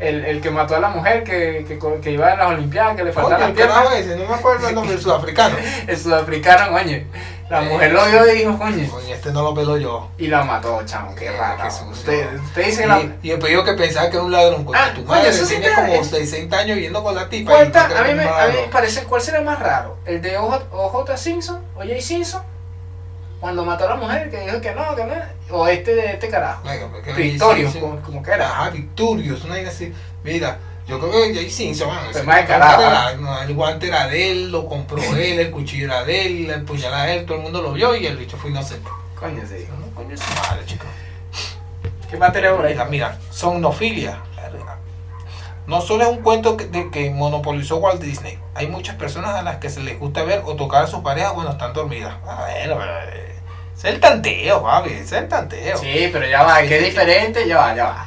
El, el que mató a la mujer que, que, co- que iba a las Olimpiadas, que le Coño, faltaban el las piernas. carajo ese, no me acuerdo el nombre, el sudafricano. El sudafricano, coño. La Eh. mujer lo vio y dijo, coño. Coño, este no lo peló yo. Y la mató, chamo, qué rata. Qué sucio. Usted, usted dice que la. Y, y el pedido que pensaba que era un ladrón. Coño, Ah, tu coño, madre eso sí tiene está- como es- 60 años yendo con la tipa. y Cuenta, encuentra a mí, un me, a mí ladrón. me parece, ¿cuál será más raro? ¿El de OJ, OJ Simpson? ¿O Jay Simpson? Cuando mató a la mujer, que dijo que no, que no. ¿O este de este carajo? Venga, pues, porque Victorio, pues. Jay Simpson- como, como que era. Ajá, ah, Victorio, es una vaina así. Mira, yo creo que Jay Simpson, bueno, Pues ese más de tipo carajo, era- no, el guante era de él, lo compró él, el cuchillo era de él, la puñalada de él, todo el mundo lo vio y el bicho fue inocente. Coño, sí. Pero No, coño, es madre, chico. ¿Qué más tenemos por ahí? Mira, eh, mira, somnofilia. No solo es un cuento que, de- que monopolizó Walt Disney. Hay muchas personas a las que se les gusta ver o tocar a sus parejas cuando están dormidas. A ver, a ver. Es el tanteo, papi, es el tanteo. Sí, pero ya va, que es diferente, ya va, ya va.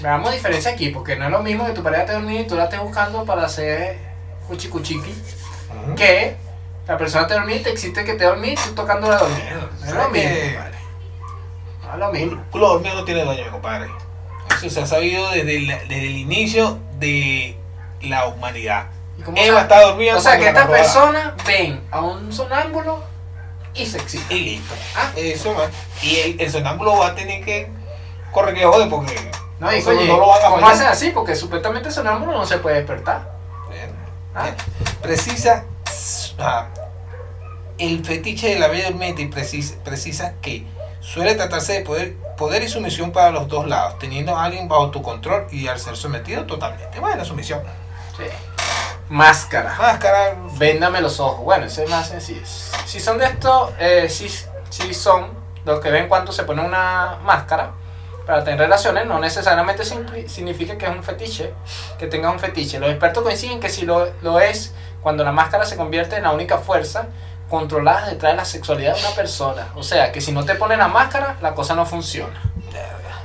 Veamos diferencia aquí, porque no es lo mismo que tu pareja te dormida y tú la estés buscando para hacer cuchicuchiqui, Ujú. que la persona te dormida y te existe que te dormí y tú tocando la dormida. No es lo ¿Sabes mismo, qué? compadre. No es lo mismo. El culo dormido no tiene dueño, mi compadre. Eso se ha sabido desde el, desde el inicio de la humanidad. ¿Y cómo Eva sabes? está dormida. O sea, que cuando la estas robaron. personas ven a un sonámbulo y se excitan. Y listo. Ah, eso va. Y el, el sonámbulo va a tener que correr que jode porque. No, y eso oye, no lo van a ¿cómo fallar. hacen así? Porque supuestamente el sonámbulo no se puede despertar. Bien, Ah. bien. Precisa. s- ah, el fetiche de la bella durmiente y precisa, precisa que suele tratarse de poder, poder y sumisión para los dos lados, teniendo a alguien bajo tu control y al ser sometido totalmente. Bueno, sumisión. Sí. Máscara. Máscara. Véndame los ojos. Bueno, ese es más sencillo. Si son de estos, eh, si, si son los que ven cuando se pone una máscara para tener relaciones, no necesariamente simpli- significa que es un fetiche, que tenga un fetiche. Los expertos coinciden que si lo, lo es cuando la máscara se convierte en la única fuerza controlada detrás de la sexualidad de una persona. O sea, que si no te ponen la máscara, la cosa no funciona.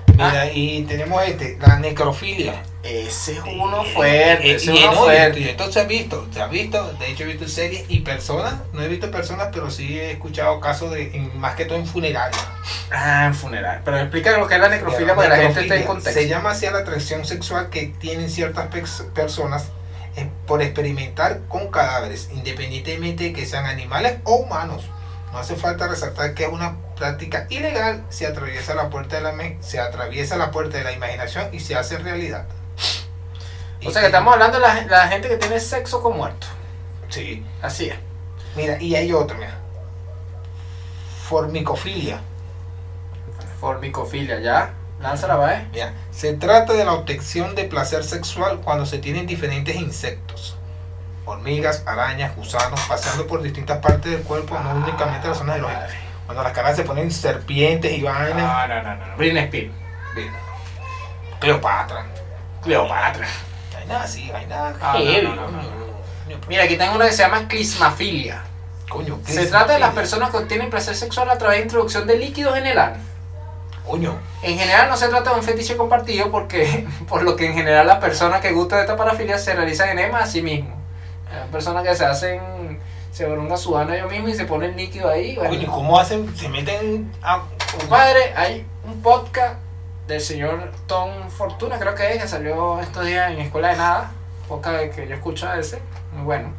Mira, y tenemos este, la necrofilia. Ese es uno fuerte, Eh, ese y es uno no, y- fuerte. y esto se ha visto, se ha visto. De hecho, he visto series y personas. No he visto personas, pero sí he escuchado casos de, en- más que todo en funerarias. Ah, en funeral. Pero explica lo que es la necrofilia para que la gente esté en Necrofilia. contexto. Se llama así a la atracción sexual que tienen ciertas pex- personas eh, por experimentar con cadáveres, independientemente de que sean animales o humanos. No hace falta resaltar que es una práctica ilegal, se atraviesa la puerta de la me- se atraviesa la puerta de la imaginación y se hace realidad. O sea que estamos hablando de la, la gente que tiene sexo con muertos. Sí. Así es. Mira, y hay otra, mira. Formicofilia. Formicofilia, ya. Lánzala, va, eh. Mira, se trata de la obtención de placer sexual cuando se tienen diferentes insectos, hormigas, arañas, gusanos, pasando por distintas partes del cuerpo, Ah. no únicamente la zona del oído. Cuando las caras se ponen serpientes y vainas. no, no, no. Britney Spears. Bien. Cleopatra. Cleopatra. Hay nada así, hay nada. Ah, no, heavy, no, no, no, coño. Mira, aquí tengo una que se llama clismafilia. Coño, ¿qué Se es trata de las aquello? personas que obtienen placer sexual a través de introducción de líquidos en el ano. Coño, En general no se trata de un fetiche compartido porque, por lo que en general las personas que gustan de esta parafilia se realizan enemas a sí mismos. Hay personas que se hacen, se bronca su ano ellos mismos y se ponen líquido ahí. bueno. coño, ¿cómo hacen? Se meten a. Compadre, hay un podcast del señor Tom Fortuna, creo que es, que salió estos días en Escuela de Nada, podcast que yo escucho a veces, muy bueno,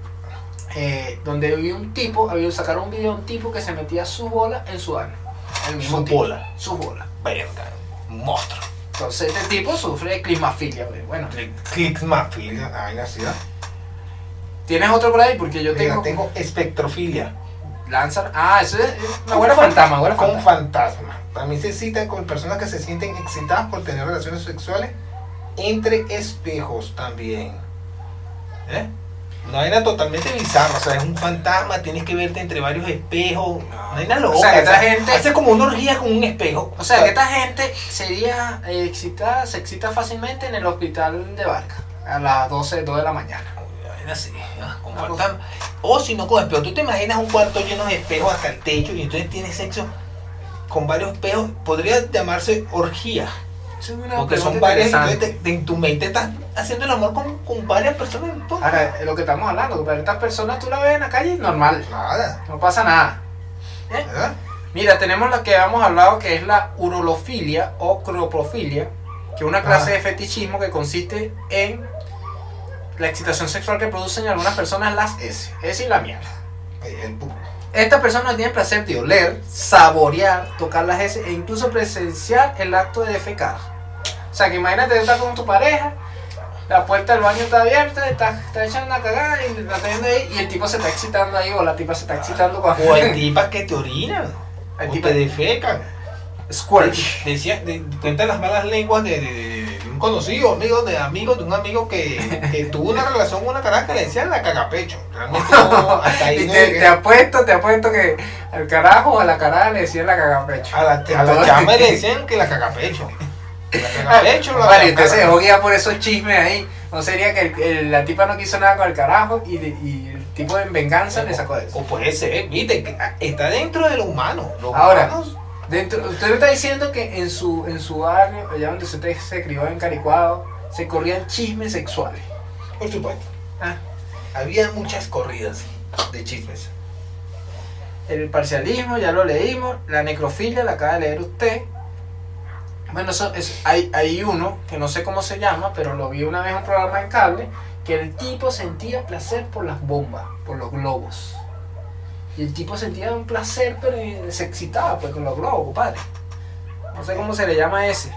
eh, donde vi un tipo, había sacaron un video de un tipo que se metía sus bolas en su ano, el mismo Su tipo, bola. sus bolas. Verga, un monstruo. Entonces este tipo sufre de clismafilia, güey. Bueno, Click mafilia, ay, la ciudad. ¿tienes otro por ahí? Porque yo Mira, tengo... tengo espectrofilia. Lanzar... Ah, eso es... Una buena fantasma, buena Con fantasma. fantasma. También se citan con personas que se sienten excitadas por tener relaciones sexuales entre espejos también. ¿Eh? Una vaina totalmente bizarra, o sea, es un fantasma, tienes que verte entre varios espejos. Una vaina loca. O sea, que esta o sea, gente- Hace como una orgía con un espejo. O sea, que esta gente sería eh, excitada, se excita fácilmente en el hospital de Barca a las 12, 2 de la mañana. Una vaina así, ¿no? con fantasma. O si no con espejo. Tú te imaginas un cuarto lleno de espejos hasta el techo y entonces tienes sexo con varios espejos. Podría llamarse orgía. Eso es una Porque son pregunta varias, entonces interesante. te- te- en tu mente estás haciendo el amor con, con varias personas. en todo. Ahora, lo que estamos hablando, pero estas personas tú las ves en la calle normal, Nada, no pasa nada. ¿verdad? Mira, tenemos la que habíamos hablado que es la urolofilia o cropofilia, que es una clase Ajá. de fetichismo que consiste en la excitación sexual que producen en algunas personas las S, S y la mierda. Eh, el pu- Estas personas tienen placer de oler, saborear, tocar las S e incluso presenciar el acto de defecar. O sea, que imagínate tú estás con tu pareja, la puerta del baño está abierta, estás está echando una cagada y la está viendo ahí y el tipo se está excitando ahí o la tipa se está excitando con O hay tipas que te orinan, Hay o tipas- te defecan. Squirt. Decía, de- cuentan las malas lenguas de, de- de- de un conocido, amigo, de amigo, de un amigo que, que tuvo una relación con una caraca que le decían la cagapecho. Realmente no, hasta ahí Y no te, llegué. te apuesto, te apuesto que al carajo o a la cara le decían la cagapecho. A la, a la chama le decían que la cagapecho. La cagapecho, la Ah, Vale, cagacara. entonces dejó guía por esos chismes ahí. No sería que el- el- la tipa no quiso nada con el carajo y, de- y el tipo de venganza le sacó de eso. O puede ser, viste, que está dentro de lo humano. Los Ahora, humanos Dentro, usted me está diciendo que en su, en su barrio, allá donde usted se crió en Caricuado, se corrían chismes sexuales. Por supuesto. Ah. Había muchas corridas de chismes. El parcialismo, ya lo leímos. La necrofilia, la acaba de leer usted. Bueno, eso es, hay, hay uno que no sé cómo se llama, pero lo vi una vez en un programa en cable, que el tipo sentía placer por las bombas, por los globos. Y el tipo sentía un placer, pero eh, se excitaba pues, con los globos, compadre. No sé cómo se le llama a ese.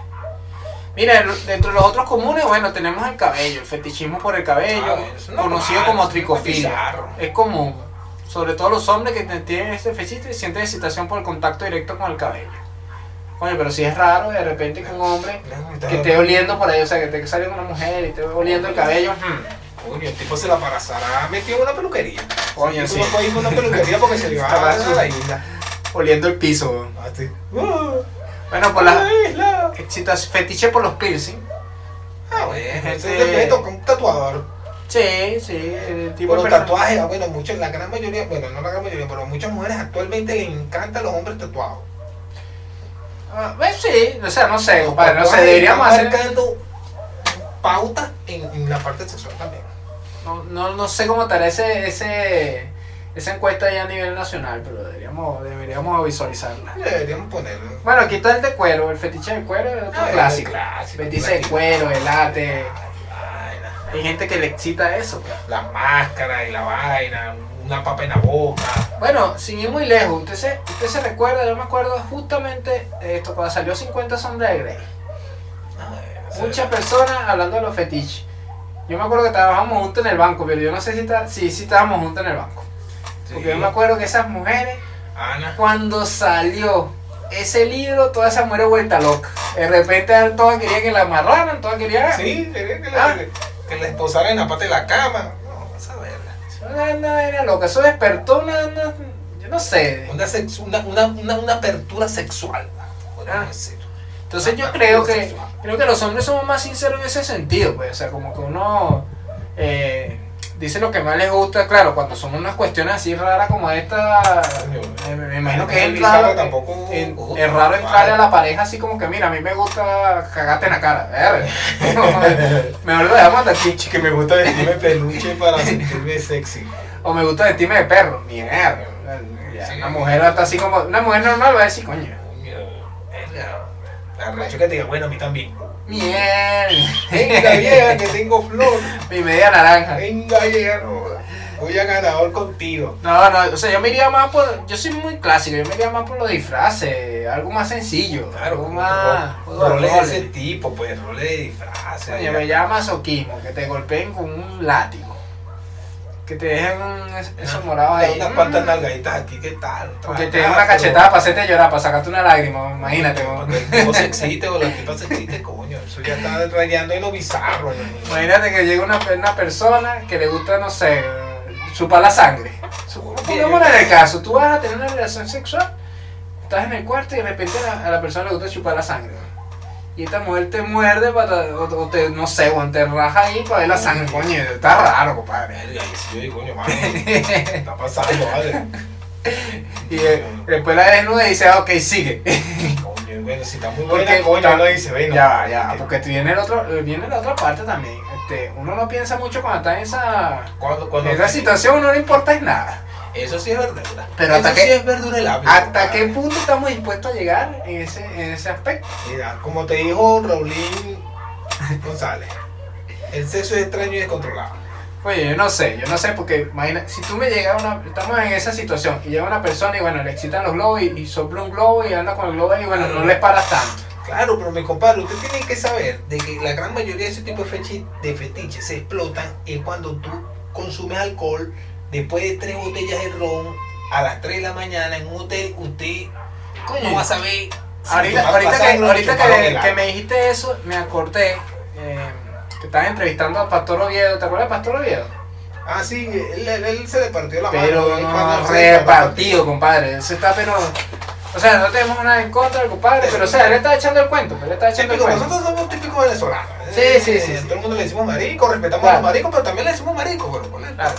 Mira, el- dentro de los otros comunes, bueno, tenemos el cabello, el fetichismo por el Eh, Ah, cabello, conocido como tricofilia. Es común, sobre todo los hombres que tienen este fetiche y sienten excitación por el contacto directo con el cabello. Oye, pero si es raro de repente que un hombre que esté oliendo por ahí, o sea, que te sale una mujer y esté oliendo el cabello. hmm, Coño, el tipo se la pasará metido en una peluquería. Coño, el sí. tipo no puede ir a una peluquería porque se le va Estaba a así. la vaina. Oliendo el piso. weón. Así. Uh, Bueno, por la la isla. excitas- fetiche por los piercing. Ah, bueno, Gente- ese le toca un tatuador. Sí, sí, el tipo Bueno, de persona- tatuajes, ah, bueno, muchos, la gran mayoría, bueno, no la gran mayoría, pero a muchas mujeres actualmente les encantan los hombres tatuados. Ah, bueno, sí, o sea, no sé, Los compadre, no sé, tatuajes deberíamos están hacer... marcando pautas en, en la parte sexual también. No, no, no sé cómo estará ese, ese, esa encuesta ya a nivel nacional, pero deberíamos, deberíamos visualizarla. Deberíamos ponerlo. Bueno, aquí está el de cuero, el fetiche de cuero es otro Ah, clásico. clásico, Fetiche de clásico. cuero, el ate. Ay, la- Hay gente que le excita eso. pues. La máscara y la vaina, una papa en la boca. Bueno, sin ir muy lejos, usted se, usted se recuerda, yo me acuerdo justamente de esto cuando salió 50 sombras de Grey. Ah, Muchas personas hablando de los fetiches. Yo me acuerdo que trabajábamos juntos en el banco, pero yo no sé si, está, si, si estábamos juntos en el banco. Porque yo me acuerdo que esas mujeres Ana. cuando salió ese libro, todas esas mujeres vuelta loca. De repente todas querían que la amarraran, todas querían. Sí, quería que Ah. la, que la esposara en la parte de la cama. No, vas a ver. Una, una era loca, eso despertó una, una- yo no sé. Una, sex- una, una, una, una apertura sexual. podríamos Ah. decir. Entonces yo Una creo apertura que sexual. creo que los hombres somos más sinceros en ese sentido, pues, o sea, como que uno eh, dice lo que más les gusta, claro, cuando son unas cuestiones así raras como esta, eh, me imagino que es Bizarro raro, tampoco- en- ojo, es raro entrarle a vale. la pareja así como que mira, a mí me gusta cagarte en la cara, verga. mejor lo dejamos hasta aquí, Que me gusta vestirme peluche para sentirme sexy. o me gusta vestirme de perro, mierda. Ya, Sí. Una mujer hasta así como, una mujer normal va a decir, coño. Coño, verga. Arrecho que te diga, bueno, a mí también. Miel. Venga, vieja, que tengo flor. Mi media naranja. Venga, vieja, no. Voy a ganador contigo. No, no, o sea, yo me iría más por. Yo soy muy clásico, yo me iría más por los disfraces, algo más sencillo. algo más. juego de roles de roles. ese tipo, pues, roles de disfraz. Coño, me llama masoquismo, que te golpeen con un látigo. Que te dejen un, es- eso morado ahí. Ah. Unas mm, cuantas Ah, nalgaditas aquí, ¿qué tal? o que te den una cachetada para hacerte llorar, para sacarte una lágrima, imagínate. ¿no? Porque el tipo se excite o la tipa se excite, coño. Eso ya está rayando en lo bizarro. ¿no? Imagínate que llega una, una persona que le gusta, no sé, chupar la sangre. Pongámosle en el caso, tú vas a tener una relación sexual, estás en el cuarto y de repente a la, a la persona le gusta chupar la sangre. Y esta mujer te muerde para, o, o te, no sé, o te raja ahí para ver la sangre, coño, está raro, compadre. Verga, y si yo digo, coño, mano, está pasando, vale. Y eh, después la desnuda y dice, ah, ok, sigue. Coño, bueno, si está muy Porque- buena, coño, uno dice, bueno. Ya, va, ya, va, que- porque viene, el otro, eh, viene la otra parte también. Este, uno no piensa mucho cuando está en esa, Cuando, en cuando, esa situación, uno no le importa es nada. Eso sí es verdura. eso Pero hasta qué- sí es verdura el lápiz. ¿Hasta compadre. qué punto estamos dispuestos a llegar en ese, en ese aspecto? Mira, como te dijo Raulín González, el sexo es extraño y descontrolado. Oye, yo no sé, yo no sé, porque imagina, si tú me llegas a una, estamos en esa situación, y llega una persona y bueno, le excitan los globos y, y sopla un globo y anda con el globo y bueno, no le paras tanto. Claro, pero mi compadre, usted tiene que saber de que la gran mayoría de ese tipo de, fechi- de fetiches se explotan es cuando tú consumes alcohol después de tres botellas de ron a las 3 de la mañana en un hotel, usted Coño. ¿cómo va a saber? si Ahorita, va a ahorita, pasar que, o ahorita chupar que, el que agua? me dijiste eso, me acordé eh, que estaban entrevistando a Pastor Oviedo, ¿te acuerdas de Pastor Oviedo? Ah, sí, él, él- él se le partió la mano. Pero él no cuando se le partió- repartido, compadre. Eso está, pero. O sea, no tenemos nada en contra del compadre, pero o sea, él está echando el cuento, él está echando el Típico, cuento. nosotros somos típicos venezolanos. Sí, eh, sí, sí, eh, sí. Todo el mundo le decimos marico, respetamos Claro. a los maricos, pero también le decimos marico, pero con él. Claro.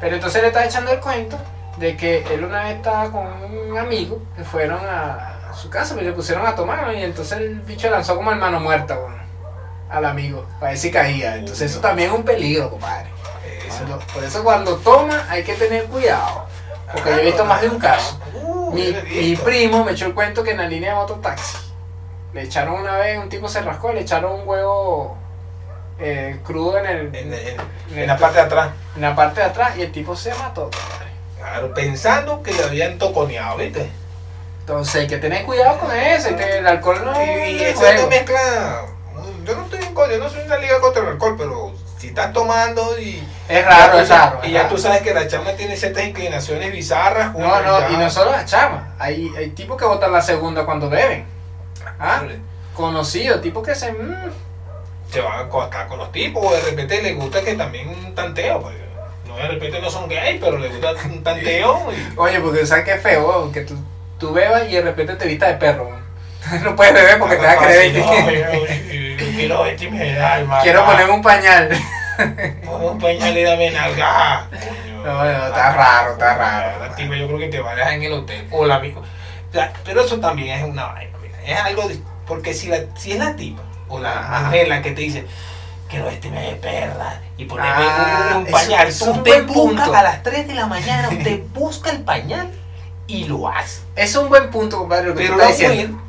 Pero entonces le estaba echando el cuento de que él una vez estaba con un amigo que fueron a a su casa, pero le pusieron a tomar ¿no? y entonces el bicho lanzó como el mano muerta bueno, al amigo, para ver si caía. Entonces eso también es un peligro, compadre. Cuando- por eso cuando toma hay que tener cuidado, Ah, porque yo he visto más de un caso. Uh, Mi, yo le he mi visto. primo me echó el cuento que en la línea de mototaxi le echaron una vez, un tipo se rascó y le echaron un huevo eh, crudo en el, En, en- en en el- la parte de atrás. en la parte de atrás y el tipo se mató. compadre. Claro, pensando que le habían toconeado, ¿viste? Entonces hay que tener cuidado con eso, y te- el alcohol no Y, y es eso te juego. mezcla. Yo no estoy en contra, yo no soy una liga contra el alcohol, pero si estás tomando y. Es ya tú raro, es sabes- raro. Y es ya raro. tú sabes que la chama tiene ciertas inclinaciones bizarras. No, no, ya- y no solo las chamas, hay, hay tipos que botan la segunda cuando beben. ¿Ah? Conocidos, tipos que se... mm, Se van a acostar con los tipos, o de repente les gusta que también un tanteo, pues. No, de repente no son gay, pero les gusta un tanteo. y- Oye, porque sabes que es feo, weón, que tú, tú bebas y de repente te vistas de perro. weón. no puedes beber porque te vas a querer Ah, No, vestir. yo- yo- yo Quiero vestirme de alma. Quiero poner un pañal. Como un pañal y dame nalga. No, no, está raro, está raro. La tipa yo creo que te van a dejar en el hotel. O la amigo. pero eso también es una vaina. mira, Es algo. de- porque si, la, si es la tipa o la Ajá. mujer la que te dice. Quiero vestirme de perra y ponerme Ah, un, un eso- pañal. eso es un usted buen busca punto. a las 3 de la mañana, usted busca el pañal y lo hace. Es un buen punto, compadre, lo que Pero tú la estás mujer diciendo.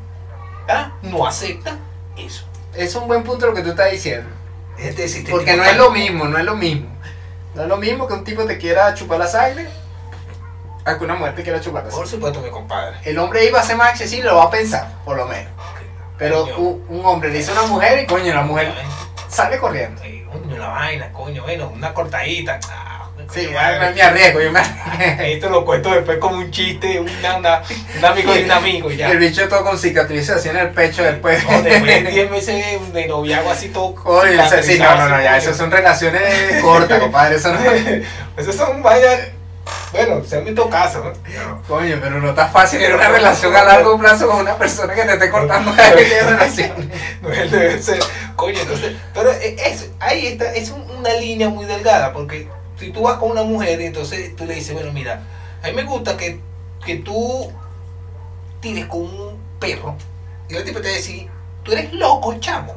¿ah? no acepta eso. Es un buen punto lo que tú estás diciendo. Es decir, este Porque tipo no está- es lo mismo, no es lo mismo. No es lo mismo que un tipo te quiera chupar la sangre a que una mujer te quiera chupar la Por sangre. supuesto, mi compadre. El hombre ahí va a ser más accesible, lo va a pensar, por lo menos. Pero Coño. un, un hombre le dice a una mujer y coño, la mujer sale corriendo. Ay, Coño, la vaina, coño, bueno, una cortadita. Ah, Sí, coño, yo madre. me, me arriesgo, yo me arriesgo. Esto lo cuento después como un chiste, una, una- un amigo de un amigo, ya. El bicho todo con cicatrices así en el pecho después. No, después de 10 meses de noviazgo así todo. Oye, o sea, sí, no, cicatrizado, no, no, ya, coño. esas son relaciones cortas, compadre, eso no Esas son vainas. Bueno, se han visto casos, ¿no? Coño, pero no está fácil tener una relación a largo plazo con una persona que te esté cortando cada vez que hay relación. No es debe ser. Coño, entonces. Pero e- es, ahí está, es un- una línea muy delgada, porque si tú vas con una mujer, entonces tú le dices, bueno, mira, a mí me gusta que, que tú tires con un perro. Y el tipo te va a decir, tú eres loco, chamo.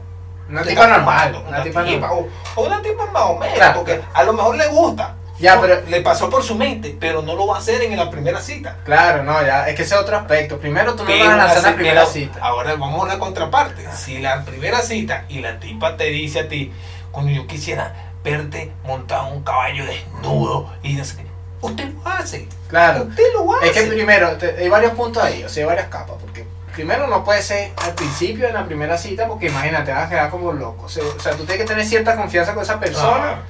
Una Tú tipa estás normal, fumando, una tipa normal. o, o una tipa más o menos, Claro. porque a lo mejor le gusta. Ya, No, pero- Le pasó por su mente, pero no lo va a hacer en la primera cita. Claro, no, ya, es que ese es otro aspecto. Primero tú no Pero vas a lanzar la hace- primera pero cita. Ahora vamos a la contraparte. Si la primera cita y la tipa te dice a ti, cuando yo quisiera verte montado en un caballo desnudo y no sé qué. Usted lo hace. Claro. Usted lo hace. Es que primero, te- hay varios puntos ahí, o sea, hay varias capas, porque primero no puede ser al principio de la primera cita, porque imagínate, vas a quedar como loco. O sea, o sea, tú tienes que tener cierta confianza con esa persona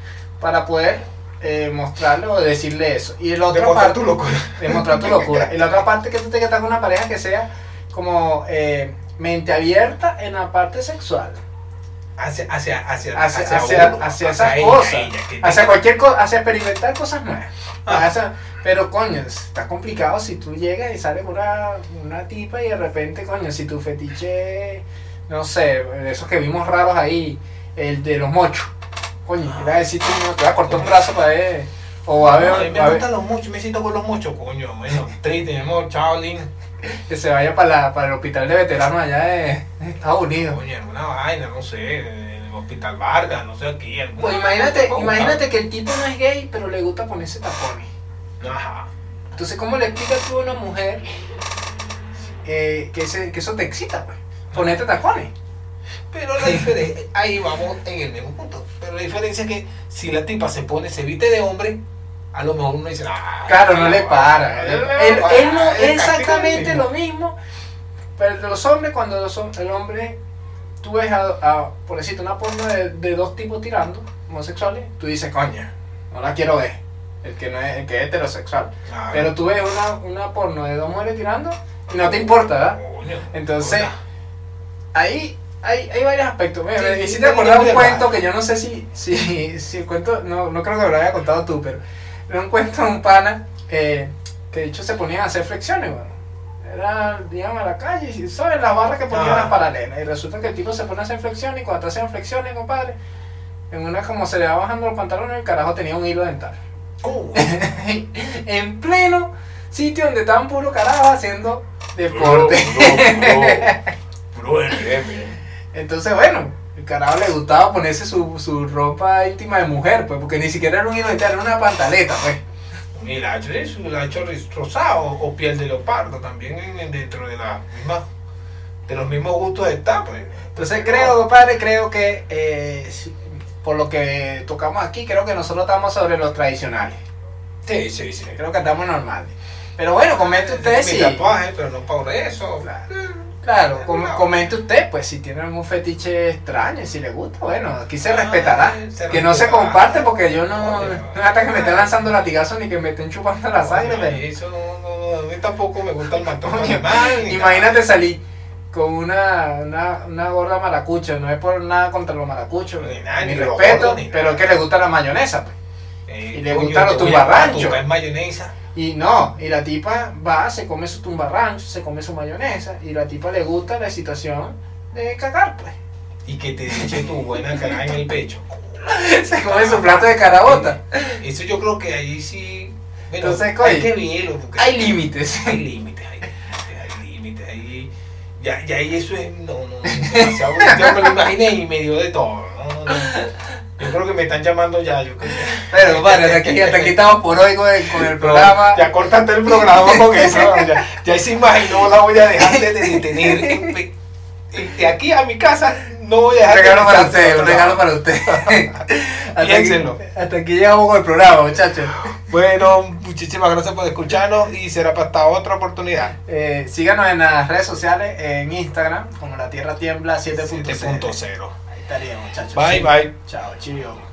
para poder eh, mostrarle o decirle eso. Y la otra Demostrar parte, tu locura. demostrar tu locura. Y la otra parte que tú tienes que estar con una pareja que sea como eh, mente abierta en la parte sexual. hacia, hacia, hacia, Hacia- hacia- uno, hacia hacia esas ella, cosas, ella, que Hacia tenga- cualquier cosa, hacia experimentar cosas nuevas. Ah. Hacia- pero coño, está complicado si tú llegas y sales con una, una tipa y de repente, coño, si tu fetiche, no sé, esos que vimos raros ahí, el de los mochos. Coño, era decir, tú no, te vas a cortar un brazo para ver. O Ah. a ver, No, a mí me a ver, gustan los muchos, me siento con los muchos, coño. Bueno, triste, mi amor, chao, Lin. que se vaya para, la- para el hospital de veteranos allá de Estados Unidos. Coño, alguna vaina, no sé, en el hospital Vargas, no sé aquí. alguna- Pues imagínate, Ojalá. imagínate que el tipo no es gay, pero le gusta ponerse tapones. Ajá. Entonces, ¿cómo le explicas tú a una mujer eh, que, ese- que eso te excita, pues? Ponerte tacones. Pero la diferencia, ahí vamos en el mismo punto. Pero la diferencia es que si la tipa se pone, se viste de hombre, a lo mejor uno dice, ah, Claro, no no le va, para. no Él, le él- va, él no es él castiga exactamente el lo mismo. mismo. Pero los hombres, cuando los hom- el hombre, tú ves a, a, por decirte, una porno de, de dos tipos tirando, homosexuales, tú dices, coña, no la quiero ver. El que, no es, el que es heterosexual. Claro. Pero tú ves una, una porno de dos mujeres tirando y no te importa, ¿verdad? Coño. Entonces, Hola. Ahí hay, hay varios aspectos. Mira, Sí, me sí, hiciste sí, acordar sí, un sí, cuento sí. que yo no sé si, si, si el cuento, no, no creo que lo haya contado tú, pero era un cuento de un pana eh, que de hecho se ponían a hacer flexiones, bueno. Era, digamos, a la calle, y ¿sabes? Las barras que ponían Ah. las paralelas. Y resulta que el tipo se pone a hacer flexiones y cuando hacían flexiones, compadre, en una como se le va bajando los pantalones, el carajo tenía un hilo dental. ¿Cómo? en pleno sitio donde estaban puro carajo haciendo deporte. Bro, bro, bro, Entonces, bueno, el carajo le gustaba ponerse su, su ropa íntima de mujer, pues, porque ni siquiera era un hilo dental, era una pantaleta, pues. un hilacho es un hilacho ris- rosado o piel de leopardo también en- en- dentro de la misma- de los mismos gustos está pues Entonces, creo, compadre, creo que, eh, si- por lo que tocamos aquí, creo que nosotros estamos sobre los tradicionales. sí sí sí Creo que estamos normales. Pero bueno, comente usted mi si. tatuaje pero no por eso Claro. Claro, com- comente usted, pues, si tiene algún fetiche extraño, si le gusta, bueno, aquí se respetará. Ah, eh, se Que no se respetará. comparte porque yo no. Oye, No es hasta que me estén lanzando latigazos ni que me estén chupando la sangre. Coño, pero- eso no, no, no, a mí tampoco me gusta el matón Coño, animal ni nada. Imagínate salir con una, una, una gorda maracucha, no es por nada contra los maracuchos, Ni ni, nada, ni los respeto, gordos, ni pero es nada. que le gusta la mayonesa. pues. Eh, y le coño, gustan los te voy a tumbarranchos. matar, es mayonesa Y no, y la tipa va, se come su tumbarrancho, se come su mayonesa, y la tipa le gusta la situación de cagar, pues. y que te eche tu buena cara en el pecho Se come su plato de carabota. eso yo creo que ahí sí bueno, Entonces, hay coño, que verlo porque- Hay límites. hay límites, hay límites, hay límites, ahí ya, ya ahí eso es, no, no, no, demasiado, yo me lo imaginé y me dio de todo, no, no, no. yo creo que me están llamando ya, yo creo que- Pero, compadre, hasta aquí, hasta aquí estamos por hoy con el, con el programa. ya cortaste el programa con eso, ya, ya esa imagen no la voy a dejar de, de- de tener, En- en- de aquí a mi casa no voy a Un dejar de regalo para pensar en usted, un otro regalo lado. para usted. hasta, aquí, Piénsenlo. hasta aquí llegamos con el programa, muchachos. Bueno, muchísimas gracias por escucharnos y será para hasta otra oportunidad. Eh, síganos en las redes sociales, en Instagram, como La Tierra Tiembla 7.0. 7.0. Ahí estaría, muchachos. Bye, Chido. bye. Chao, chido.